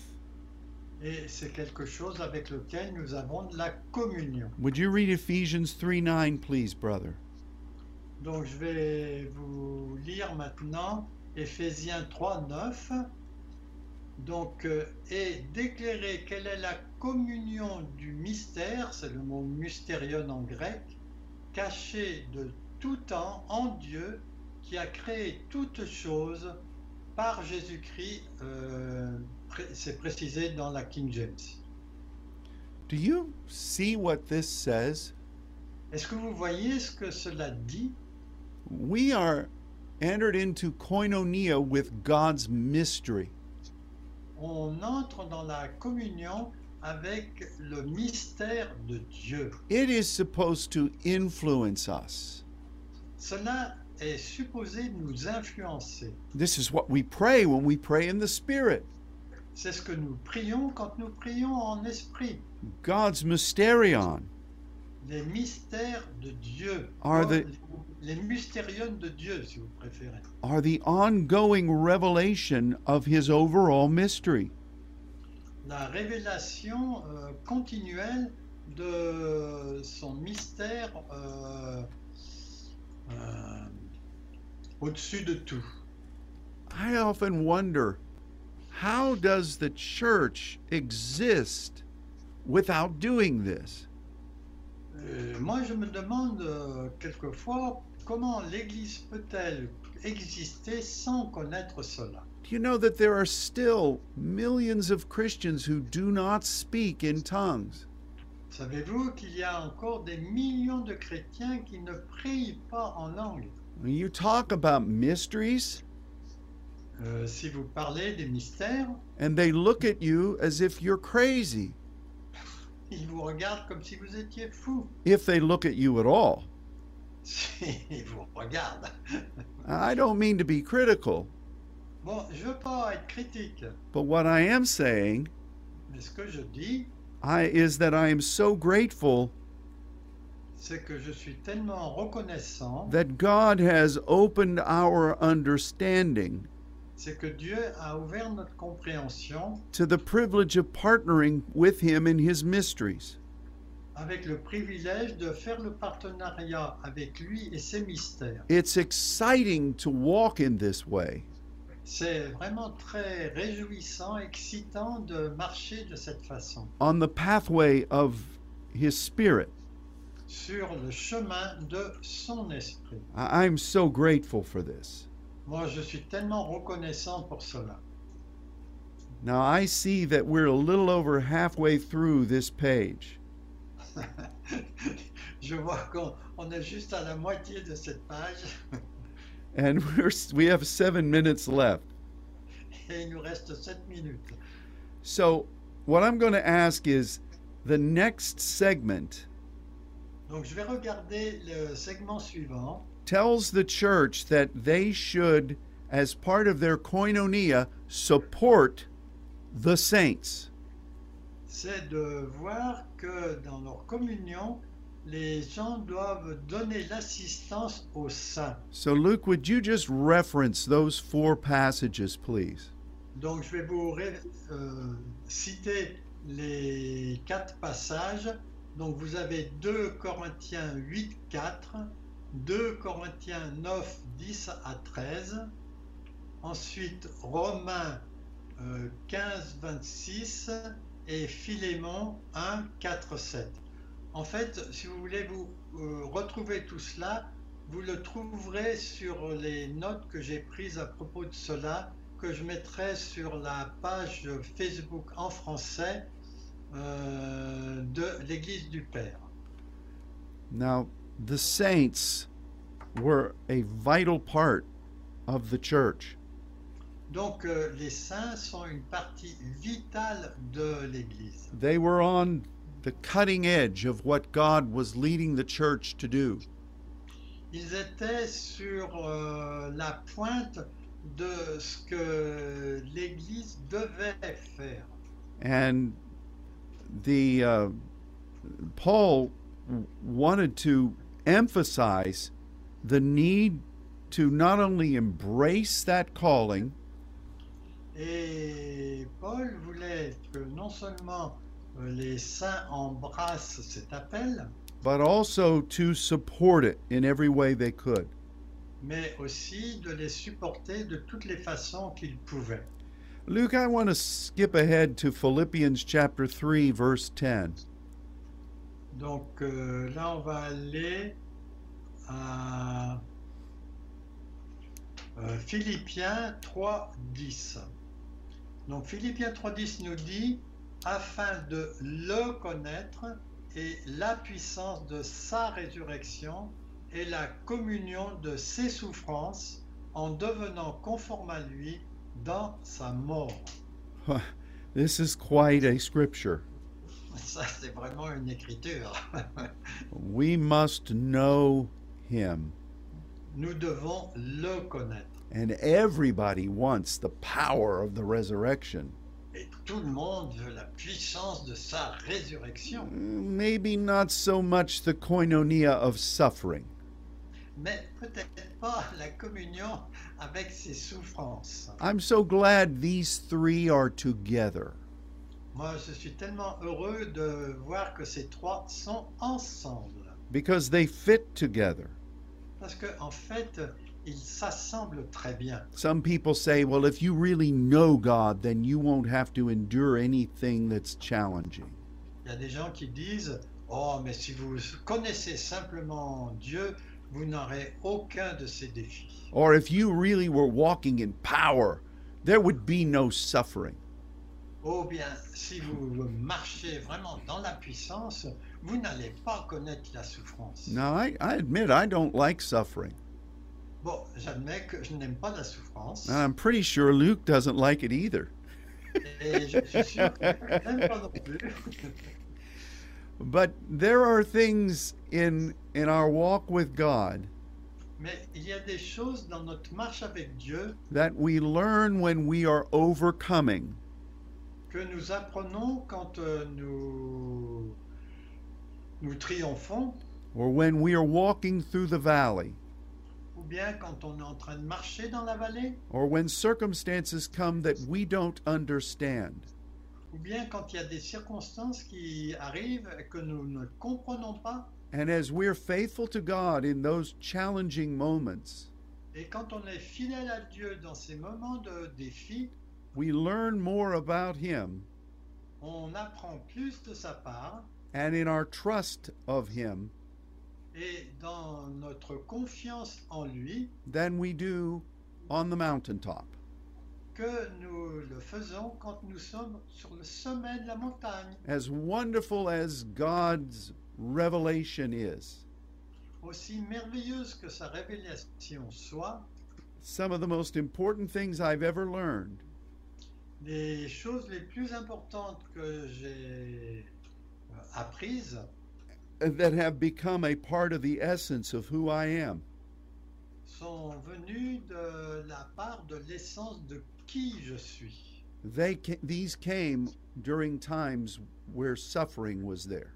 [SPEAKER 2] Et c'est quelque chose avec lequel nous avons de la communion.
[SPEAKER 1] Would you read Ephesians 3 9, please, brother?
[SPEAKER 2] Donc je vais vous lire maintenant Ephésiens 3, 9. Donc, euh, et d'éclairer quelle est la communion du mystère, c'est le mot mystérion en grec, caché de tout temps en Dieu qui a créé toutes choses par Jésus-Christ, euh, pré- c'est précisé dans la King James.
[SPEAKER 1] Do you see what this says?
[SPEAKER 2] Est-ce que vous voyez ce que cela dit
[SPEAKER 1] We are entered into koinonia with God's mystery.
[SPEAKER 2] on entre dans la communion avec le mystère de Dieu.
[SPEAKER 1] It is supposed to influence us.
[SPEAKER 2] Cela est supposé nous influencer.
[SPEAKER 1] This is what we pray when we pray in the Spirit.
[SPEAKER 2] C'est ce que nous prions quand nous prions en esprit.
[SPEAKER 1] God's mysterion
[SPEAKER 2] Les mystères de Dieu.
[SPEAKER 1] Are the-
[SPEAKER 2] Les mystériums de Dieu, si vous préférez.
[SPEAKER 1] are the ongoing revelation of His overall mystery.
[SPEAKER 2] La révélation euh, continuelle de son mystère euh, euh, au-dessus de tout.
[SPEAKER 1] I often wonder how does the church exist without doing this?
[SPEAKER 2] Euh, moi, je me demande euh, quelquefois comment l'Église peut-elle exister sans connaître cela.
[SPEAKER 1] Do you know that there are still millions of Christians who do not speak in tongues?
[SPEAKER 2] Savez-vous qu'il y a encore des millions de chrétiens qui ne prient pas en langue
[SPEAKER 1] When you talk about mysteries,
[SPEAKER 2] Euh, Si vous parlez des mystères,
[SPEAKER 1] and they look at you as if you're crazy,
[SPEAKER 2] ils vous regardent comme si vous étiez fou.
[SPEAKER 1] if they look at you at all.
[SPEAKER 2] Ils vous regardent.
[SPEAKER 1] I don't mean to be critical,
[SPEAKER 2] Bon, je veux pas être critique,
[SPEAKER 1] but what I am saying
[SPEAKER 2] mais ce que je dis,
[SPEAKER 1] I, is that I am so grateful
[SPEAKER 2] c'est que je suis tellement reconnaissant,
[SPEAKER 1] that God has opened our understanding
[SPEAKER 2] c'est que Dieu a ouvert notre compréhension
[SPEAKER 1] to the privilege of partnering with Him in His mysteries.
[SPEAKER 2] avec le privilège de faire le partenariat avec lui et ses mystères.
[SPEAKER 1] It's exciting to walk in this way.
[SPEAKER 2] C'est vraiment très réjouissant, excitant de marcher de cette façon
[SPEAKER 1] on the pathway of his spirit.
[SPEAKER 2] sur le chemin de son esprit.
[SPEAKER 1] I- I'm so grateful for this.
[SPEAKER 2] Moi, je suis tellement reconnaissant pour cela.
[SPEAKER 1] Now I see that we're a little over halfway through this page.
[SPEAKER 2] je vois qu'on on est juste à la moitié de cette page
[SPEAKER 1] And we're, s- we have seven minutes left.
[SPEAKER 2] et il nous reste 7 minutes.
[SPEAKER 1] So, what I'm going to ask is the next segment
[SPEAKER 2] Donc, je vais regarder le segment suivant.
[SPEAKER 1] tells the church that they should, as part of their koinonia, support the saints.
[SPEAKER 2] c'est de voir que dans leur communion, les gens doivent donner l'assistance aux saints.
[SPEAKER 1] So, Luke, would you just reference those four passages, please?
[SPEAKER 2] Donc je vais vous ré- euh, citer les quatre passages. Donc vous avez 2 Corinthiens 8, 4, 2 Corinthiens 9, 10 à 13, ensuite Romains euh, 15, 26 et Philémon 1, 4, 7. En fait, si vous voulez vous euh, retrouver tout cela, vous le trouverez sur les notes que j'ai prises à propos de cela que je mettrai sur la page Facebook en français euh, de l'Église du Père.
[SPEAKER 1] Now, the saints were a vital part of the church.
[SPEAKER 2] Donc euh, les saints sont une partie vitale de l'Église.
[SPEAKER 1] They were on the cutting edge of what God was leading the church to do.
[SPEAKER 2] Ils étaient sur euh, la pointe de ce que l'Église devait faire.
[SPEAKER 1] And the uh, Paul w- wanted to emphasize the need to not only embrace that calling,
[SPEAKER 2] Et Paul voulait que non seulement euh, les saints embrassent cet appel,
[SPEAKER 1] but also to support it in every way they could.
[SPEAKER 2] mais aussi de les supporter de toutes les façons qu'ils pouvaient.
[SPEAKER 1] Luke, I want to skip ahead to Philippians chapter 3, verse 10.
[SPEAKER 2] Donc euh, là, on va aller à euh, Philippiens 3.10. Donc Philippiens 3.10 nous dit, afin de le connaître et la puissance de sa résurrection et la communion de ses souffrances, en devenant conforme à lui dans sa mort.
[SPEAKER 1] This is quite a scripture.
[SPEAKER 2] Ça, c'est vraiment une écriture.
[SPEAKER 1] We must know him.
[SPEAKER 2] Nous devons le connaître.
[SPEAKER 1] And everybody wants the power of the resurrection.
[SPEAKER 2] Et tout le monde veut la puissance de sa résurrection.
[SPEAKER 1] Maybe not so much the koinonia of suffering.
[SPEAKER 2] mais peut-être pas la communion avec ses souffrances.
[SPEAKER 1] I'm so glad these three are together.
[SPEAKER 2] Moi, je suis tellement heureux de voir que ces trois sont ensemble,
[SPEAKER 1] because they fit together.
[SPEAKER 2] parce que en fait, ils s'assemblent très bien.
[SPEAKER 1] Some people say, well, if you really know God, then you won't have to endure anything that's challenging.
[SPEAKER 2] Il y a des gens qui disent, oh, mais si vous connaissez simplement Dieu, vous n'aurez aucun de ces défis.
[SPEAKER 1] Or if you really were walking in power, there would be no suffering.
[SPEAKER 2] Oh bien, si vous marchez vraiment dans la puissance, vous n'allez pas connaître la souffrance.
[SPEAKER 1] Now, I, I admit I don't like suffering.
[SPEAKER 2] Bon, j'admets que je n'aime pas la souffrance.
[SPEAKER 1] And I'm pretty sure Luke doesn't like it either.
[SPEAKER 2] Et je suis sûr que même pas non plus.
[SPEAKER 1] But there are things in, in our walk with God
[SPEAKER 2] Mais il y a des choses dans notre marche avec Dieu
[SPEAKER 1] that we learn when we are overcoming.
[SPEAKER 2] que nous apprenons quand euh, nous, nous triomphons
[SPEAKER 1] or when we are walking through the valley,
[SPEAKER 2] ou bien quand on est en train de marcher dans la vallée
[SPEAKER 1] or when circumstances come that we don't understand.
[SPEAKER 2] ou bien quand il y a des circonstances qui arrivent et que nous ne comprenons pas.
[SPEAKER 1] And as we're faithful to God in those challenging moments,
[SPEAKER 2] Et quand on est fidèle à Dieu dans ces moments de défi,
[SPEAKER 1] we learn more about Him
[SPEAKER 2] on apprend plus de sa part
[SPEAKER 1] and in our trust of Him
[SPEAKER 2] et dans notre confiance en lui,
[SPEAKER 1] than we do on the mountaintop.
[SPEAKER 2] que nous le faisons quand nous sommes sur le sommet de la montagne.
[SPEAKER 1] As wonderful as God's revelation is,
[SPEAKER 2] Aussi merveilleuse que sa révélation soit,
[SPEAKER 1] some of the most important things I've ever learned
[SPEAKER 2] les choses les plus importantes que j'ai euh, apprises
[SPEAKER 1] that have become a part of the essence of who I am
[SPEAKER 2] sont venues de la part de l'essence de qui je suis.
[SPEAKER 1] they ca- these came during times where suffering was there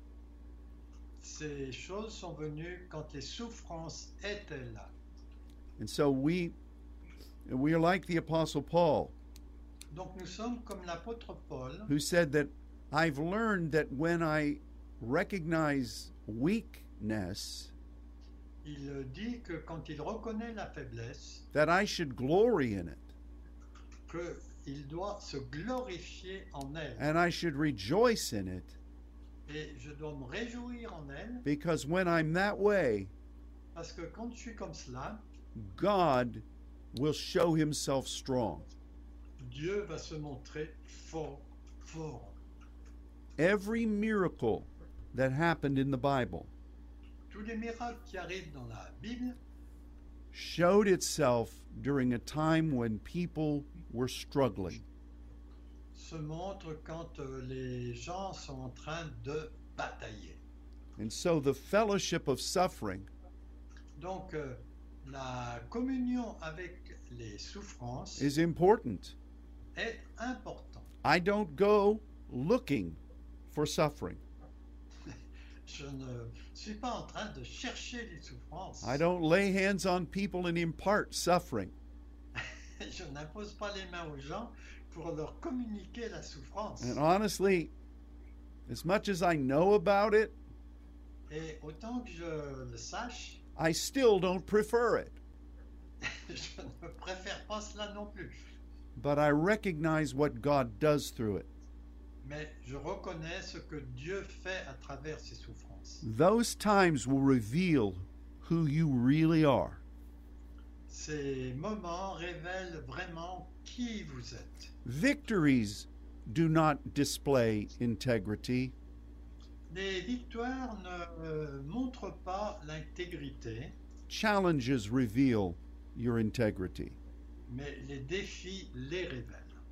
[SPEAKER 2] Ces choses sont venues quand les souffrances étaient là.
[SPEAKER 1] and so we we are like the apostle paul
[SPEAKER 2] Donc nous sommes comme l'apôtre Paul
[SPEAKER 1] who said that i've learned that when i recognize weakness
[SPEAKER 2] Il dit que quand il reconnaît la faiblesse,
[SPEAKER 1] that i should glory in it
[SPEAKER 2] qu'il doit se glorifier en elle.
[SPEAKER 1] and i should rejoice in it
[SPEAKER 2] Et je dois me réjouir en elle,
[SPEAKER 1] because when i'm that way
[SPEAKER 2] parce que quand je suis comme cela,
[SPEAKER 1] god will show himself strong
[SPEAKER 2] Dieu va se montrer fort, fort.
[SPEAKER 1] every miracle that happened in the bible
[SPEAKER 2] Tous les miracles qui arrivent dans la Bible
[SPEAKER 1] showed itself during a time when people were struggling.
[SPEAKER 2] se montrent quand euh, les gens sont en train de batailler.
[SPEAKER 1] And so the fellowship of suffering
[SPEAKER 2] Donc, euh, la communion avec les souffrances
[SPEAKER 1] is important.
[SPEAKER 2] est importante.
[SPEAKER 1] I don't go looking for suffering.
[SPEAKER 2] Je ne suis pas en train de chercher les souffrances.
[SPEAKER 1] I don't lay hands on people and impart suffering.
[SPEAKER 2] Je n'impose pas les mains aux gens pour leur communiquer la souffrance.
[SPEAKER 1] And honestly, as much as I know about it,
[SPEAKER 2] Et autant que je le sache,
[SPEAKER 1] I still don't prefer it.
[SPEAKER 2] je ne préfère pas cela non plus.
[SPEAKER 1] But I recognize what God does through it.
[SPEAKER 2] Mais je reconnais ce que Dieu fait à travers ces souffrances.
[SPEAKER 1] Those times will reveal who you really are.
[SPEAKER 2] Ces moments révèlent vraiment qui vous êtes.
[SPEAKER 1] Victories do not display integrity.
[SPEAKER 2] Les victoires ne euh, montrent pas l'intégrité,
[SPEAKER 1] Challenges reveal your integrity.
[SPEAKER 2] mais les défis les révèlent.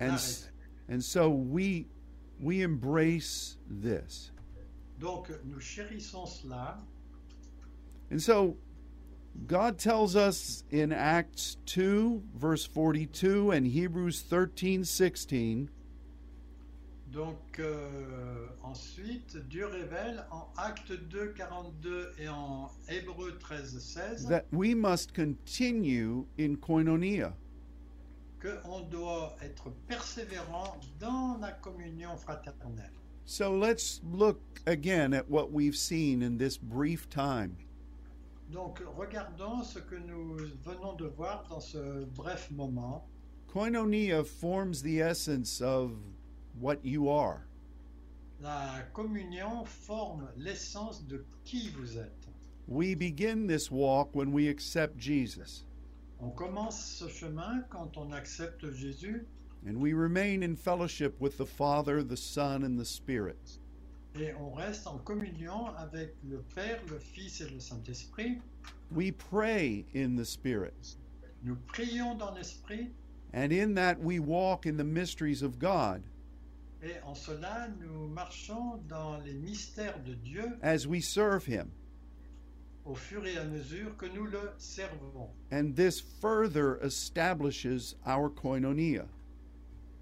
[SPEAKER 2] la
[SPEAKER 1] And, s-
[SPEAKER 2] révèlent.
[SPEAKER 1] and so we, we embrace this.
[SPEAKER 2] Donc nous chérissons cela.
[SPEAKER 1] And so God tells us in Acts 2, verse 42, and Hebrews 13, 16,
[SPEAKER 2] Donc euh, ensuite, Dieu révèle en Acte 2, 42 et en Hébreu 13, 16
[SPEAKER 1] that we must continue in koinonia.
[SPEAKER 2] qu'on doit être persévérant dans la communion fraternelle.
[SPEAKER 1] So let's look again at what we've seen in this brief time.
[SPEAKER 2] Donc regardons ce que nous venons de voir dans ce bref moment.
[SPEAKER 1] Koinonia forms the essence of what you are.
[SPEAKER 2] La communion forme l'essence de qui vous êtes.
[SPEAKER 1] We begin this walk when we accept Jesus,
[SPEAKER 2] On commence ce chemin quand on accepte Jésus
[SPEAKER 1] and we remain in fellowship with the Father, the Son, and the Spirit.
[SPEAKER 2] et on reste en communion avec le Père, le Fils et le Saint-Esprit.
[SPEAKER 1] We pray in the Spirit,
[SPEAKER 2] Nous prions dans l'Esprit
[SPEAKER 1] and in that we walk in the mysteries of God
[SPEAKER 2] et en cela nous marchons dans les mystères de Dieu
[SPEAKER 1] as we serve Him.
[SPEAKER 2] au fur et à mesure que nous le servons.
[SPEAKER 1] And this further establishes our koinonia.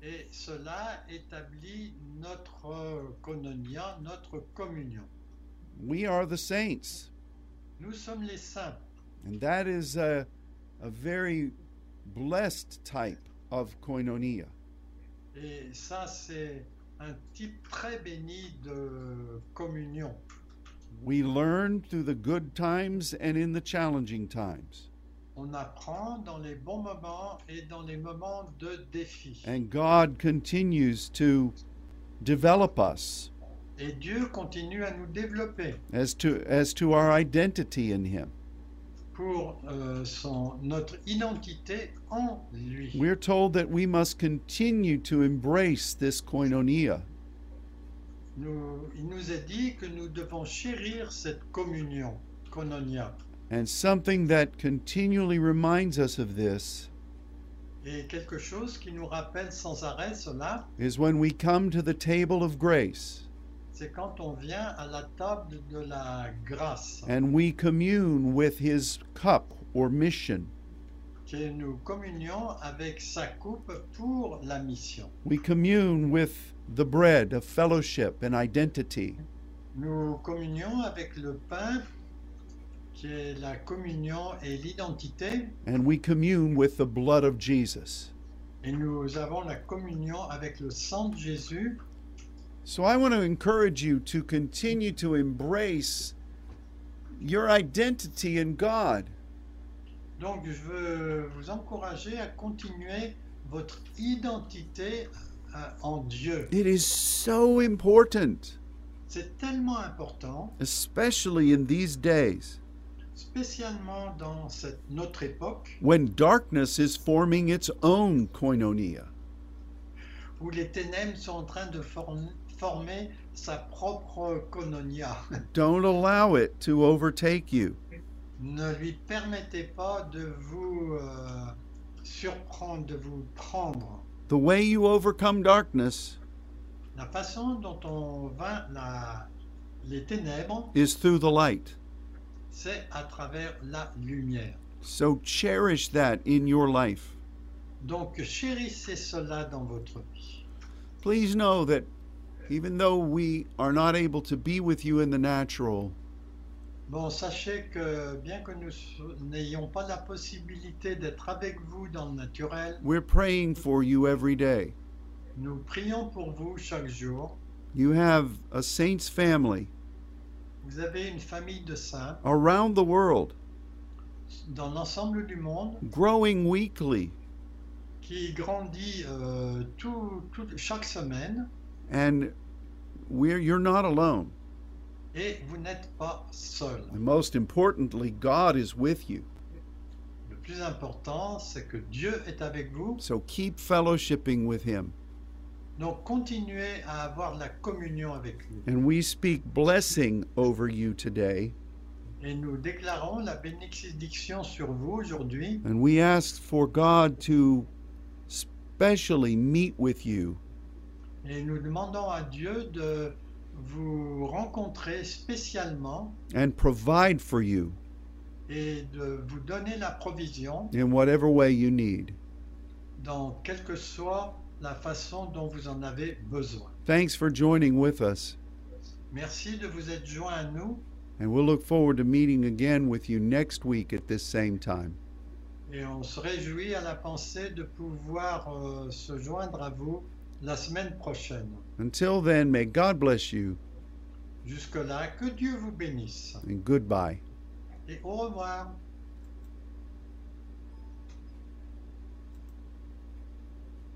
[SPEAKER 2] Et cela établit notre euh, koinonia, notre communion.
[SPEAKER 1] We are the saints,
[SPEAKER 2] Nous sommes les saints
[SPEAKER 1] and that is a, a very blessed type of koinonia.
[SPEAKER 2] et ça c'est un type très béni de communion.
[SPEAKER 1] We learn through the good times and in the challenging times.
[SPEAKER 2] On apprend dans les bons moments et dans les moments de défi.
[SPEAKER 1] And God continues to develop us
[SPEAKER 2] Et Dieu continue à nous développer
[SPEAKER 1] as to, as to our identity in Him.
[SPEAKER 2] pour euh, son, notre identité en lui.
[SPEAKER 1] We're told that we must continue to embrace this koinonia.
[SPEAKER 2] Nous- il nous est dit que nous devons chérir cette communion, kononia.
[SPEAKER 1] And something that continually reminds us of this
[SPEAKER 2] Et quelque chose qui nous rappelle sans arrêt cela,
[SPEAKER 1] is when we come to the table of grace
[SPEAKER 2] c'est quand on vient à la table de la grâce
[SPEAKER 1] and we commune with His cup or mission.
[SPEAKER 2] que nous communions avec sa coupe pour la mission.
[SPEAKER 1] We commune with the bread of fellowship and identity.
[SPEAKER 2] Nous communions avec le pain, qui est la communion et l'identité,
[SPEAKER 1] and we commune with the blood of Jesus.
[SPEAKER 2] et nous avons la communion avec le sang de Jésus.
[SPEAKER 1] So I want to encourage you to continue to embrace your identity in God.
[SPEAKER 2] Donc je veux vous encourager à continuer votre identité euh, en Dieu.
[SPEAKER 1] It is so important,
[SPEAKER 2] C'est tellement important,
[SPEAKER 1] especially in these days
[SPEAKER 2] spécialement dans cette, notre époque
[SPEAKER 1] when darkness is forming its own koinonia.
[SPEAKER 2] où les ténèbres sont en train de form- former sa propre cononia.
[SPEAKER 1] Don't allow it to overtake you.
[SPEAKER 2] ne lui permettez pas de vous euh, surprendre, de vous prendre.
[SPEAKER 1] The way you overcome darkness
[SPEAKER 2] La façon dont on vainc la- les ténèbres,
[SPEAKER 1] is through the light.
[SPEAKER 2] c'est à travers la lumière.
[SPEAKER 1] So cherish that in your life.
[SPEAKER 2] Donc chérissez cela dans votre vie.
[SPEAKER 1] Please know that even though we are not able to be with you in the natural,
[SPEAKER 2] Bon, sachez que bien que nous so- n'ayons pas la possibilité d'être avec vous dans le naturel,
[SPEAKER 1] we're praying for you every day.
[SPEAKER 2] nous prions pour vous chaque jour.
[SPEAKER 1] You have a saint's family
[SPEAKER 2] Vous avez une famille de saints
[SPEAKER 1] around the world,
[SPEAKER 2] dans l'ensemble du monde
[SPEAKER 1] growing weekly,
[SPEAKER 2] qui grandit euh, tout, tout- chaque semaine
[SPEAKER 1] and we're, you're not alone.
[SPEAKER 2] et vous n'êtes pas seul.
[SPEAKER 1] And most importantly, God is with you.
[SPEAKER 2] Le plus important, c'est que Dieu est avec vous.
[SPEAKER 1] So keep fellowshipping with Him.
[SPEAKER 2] Donc continuez à avoir la communion avec lui.
[SPEAKER 1] And we speak blessing over you today
[SPEAKER 2] Et nous déclarons la bénédiction sur vous aujourd'hui.
[SPEAKER 1] And we ask for God to specially meet with you
[SPEAKER 2] Et nous demandons à Dieu de vous rencontrer spécialement
[SPEAKER 1] and provide for you
[SPEAKER 2] et de vous donner la provision
[SPEAKER 1] in whatever way you need.
[SPEAKER 2] dans quelle que soit la façon dont vous en avez besoin.
[SPEAKER 1] Thanks for joining with us,
[SPEAKER 2] Merci de vous être joints à nous
[SPEAKER 1] and we'll look forward to meeting again with you next week at this same time.
[SPEAKER 2] et on se réjouit à la pensée de pouvoir euh, se joindre à vous la semaine prochaine.
[SPEAKER 1] Until then, may God bless you
[SPEAKER 2] Jusque-là, que Dieu vous bénisse
[SPEAKER 1] and goodbye.
[SPEAKER 2] et au revoir.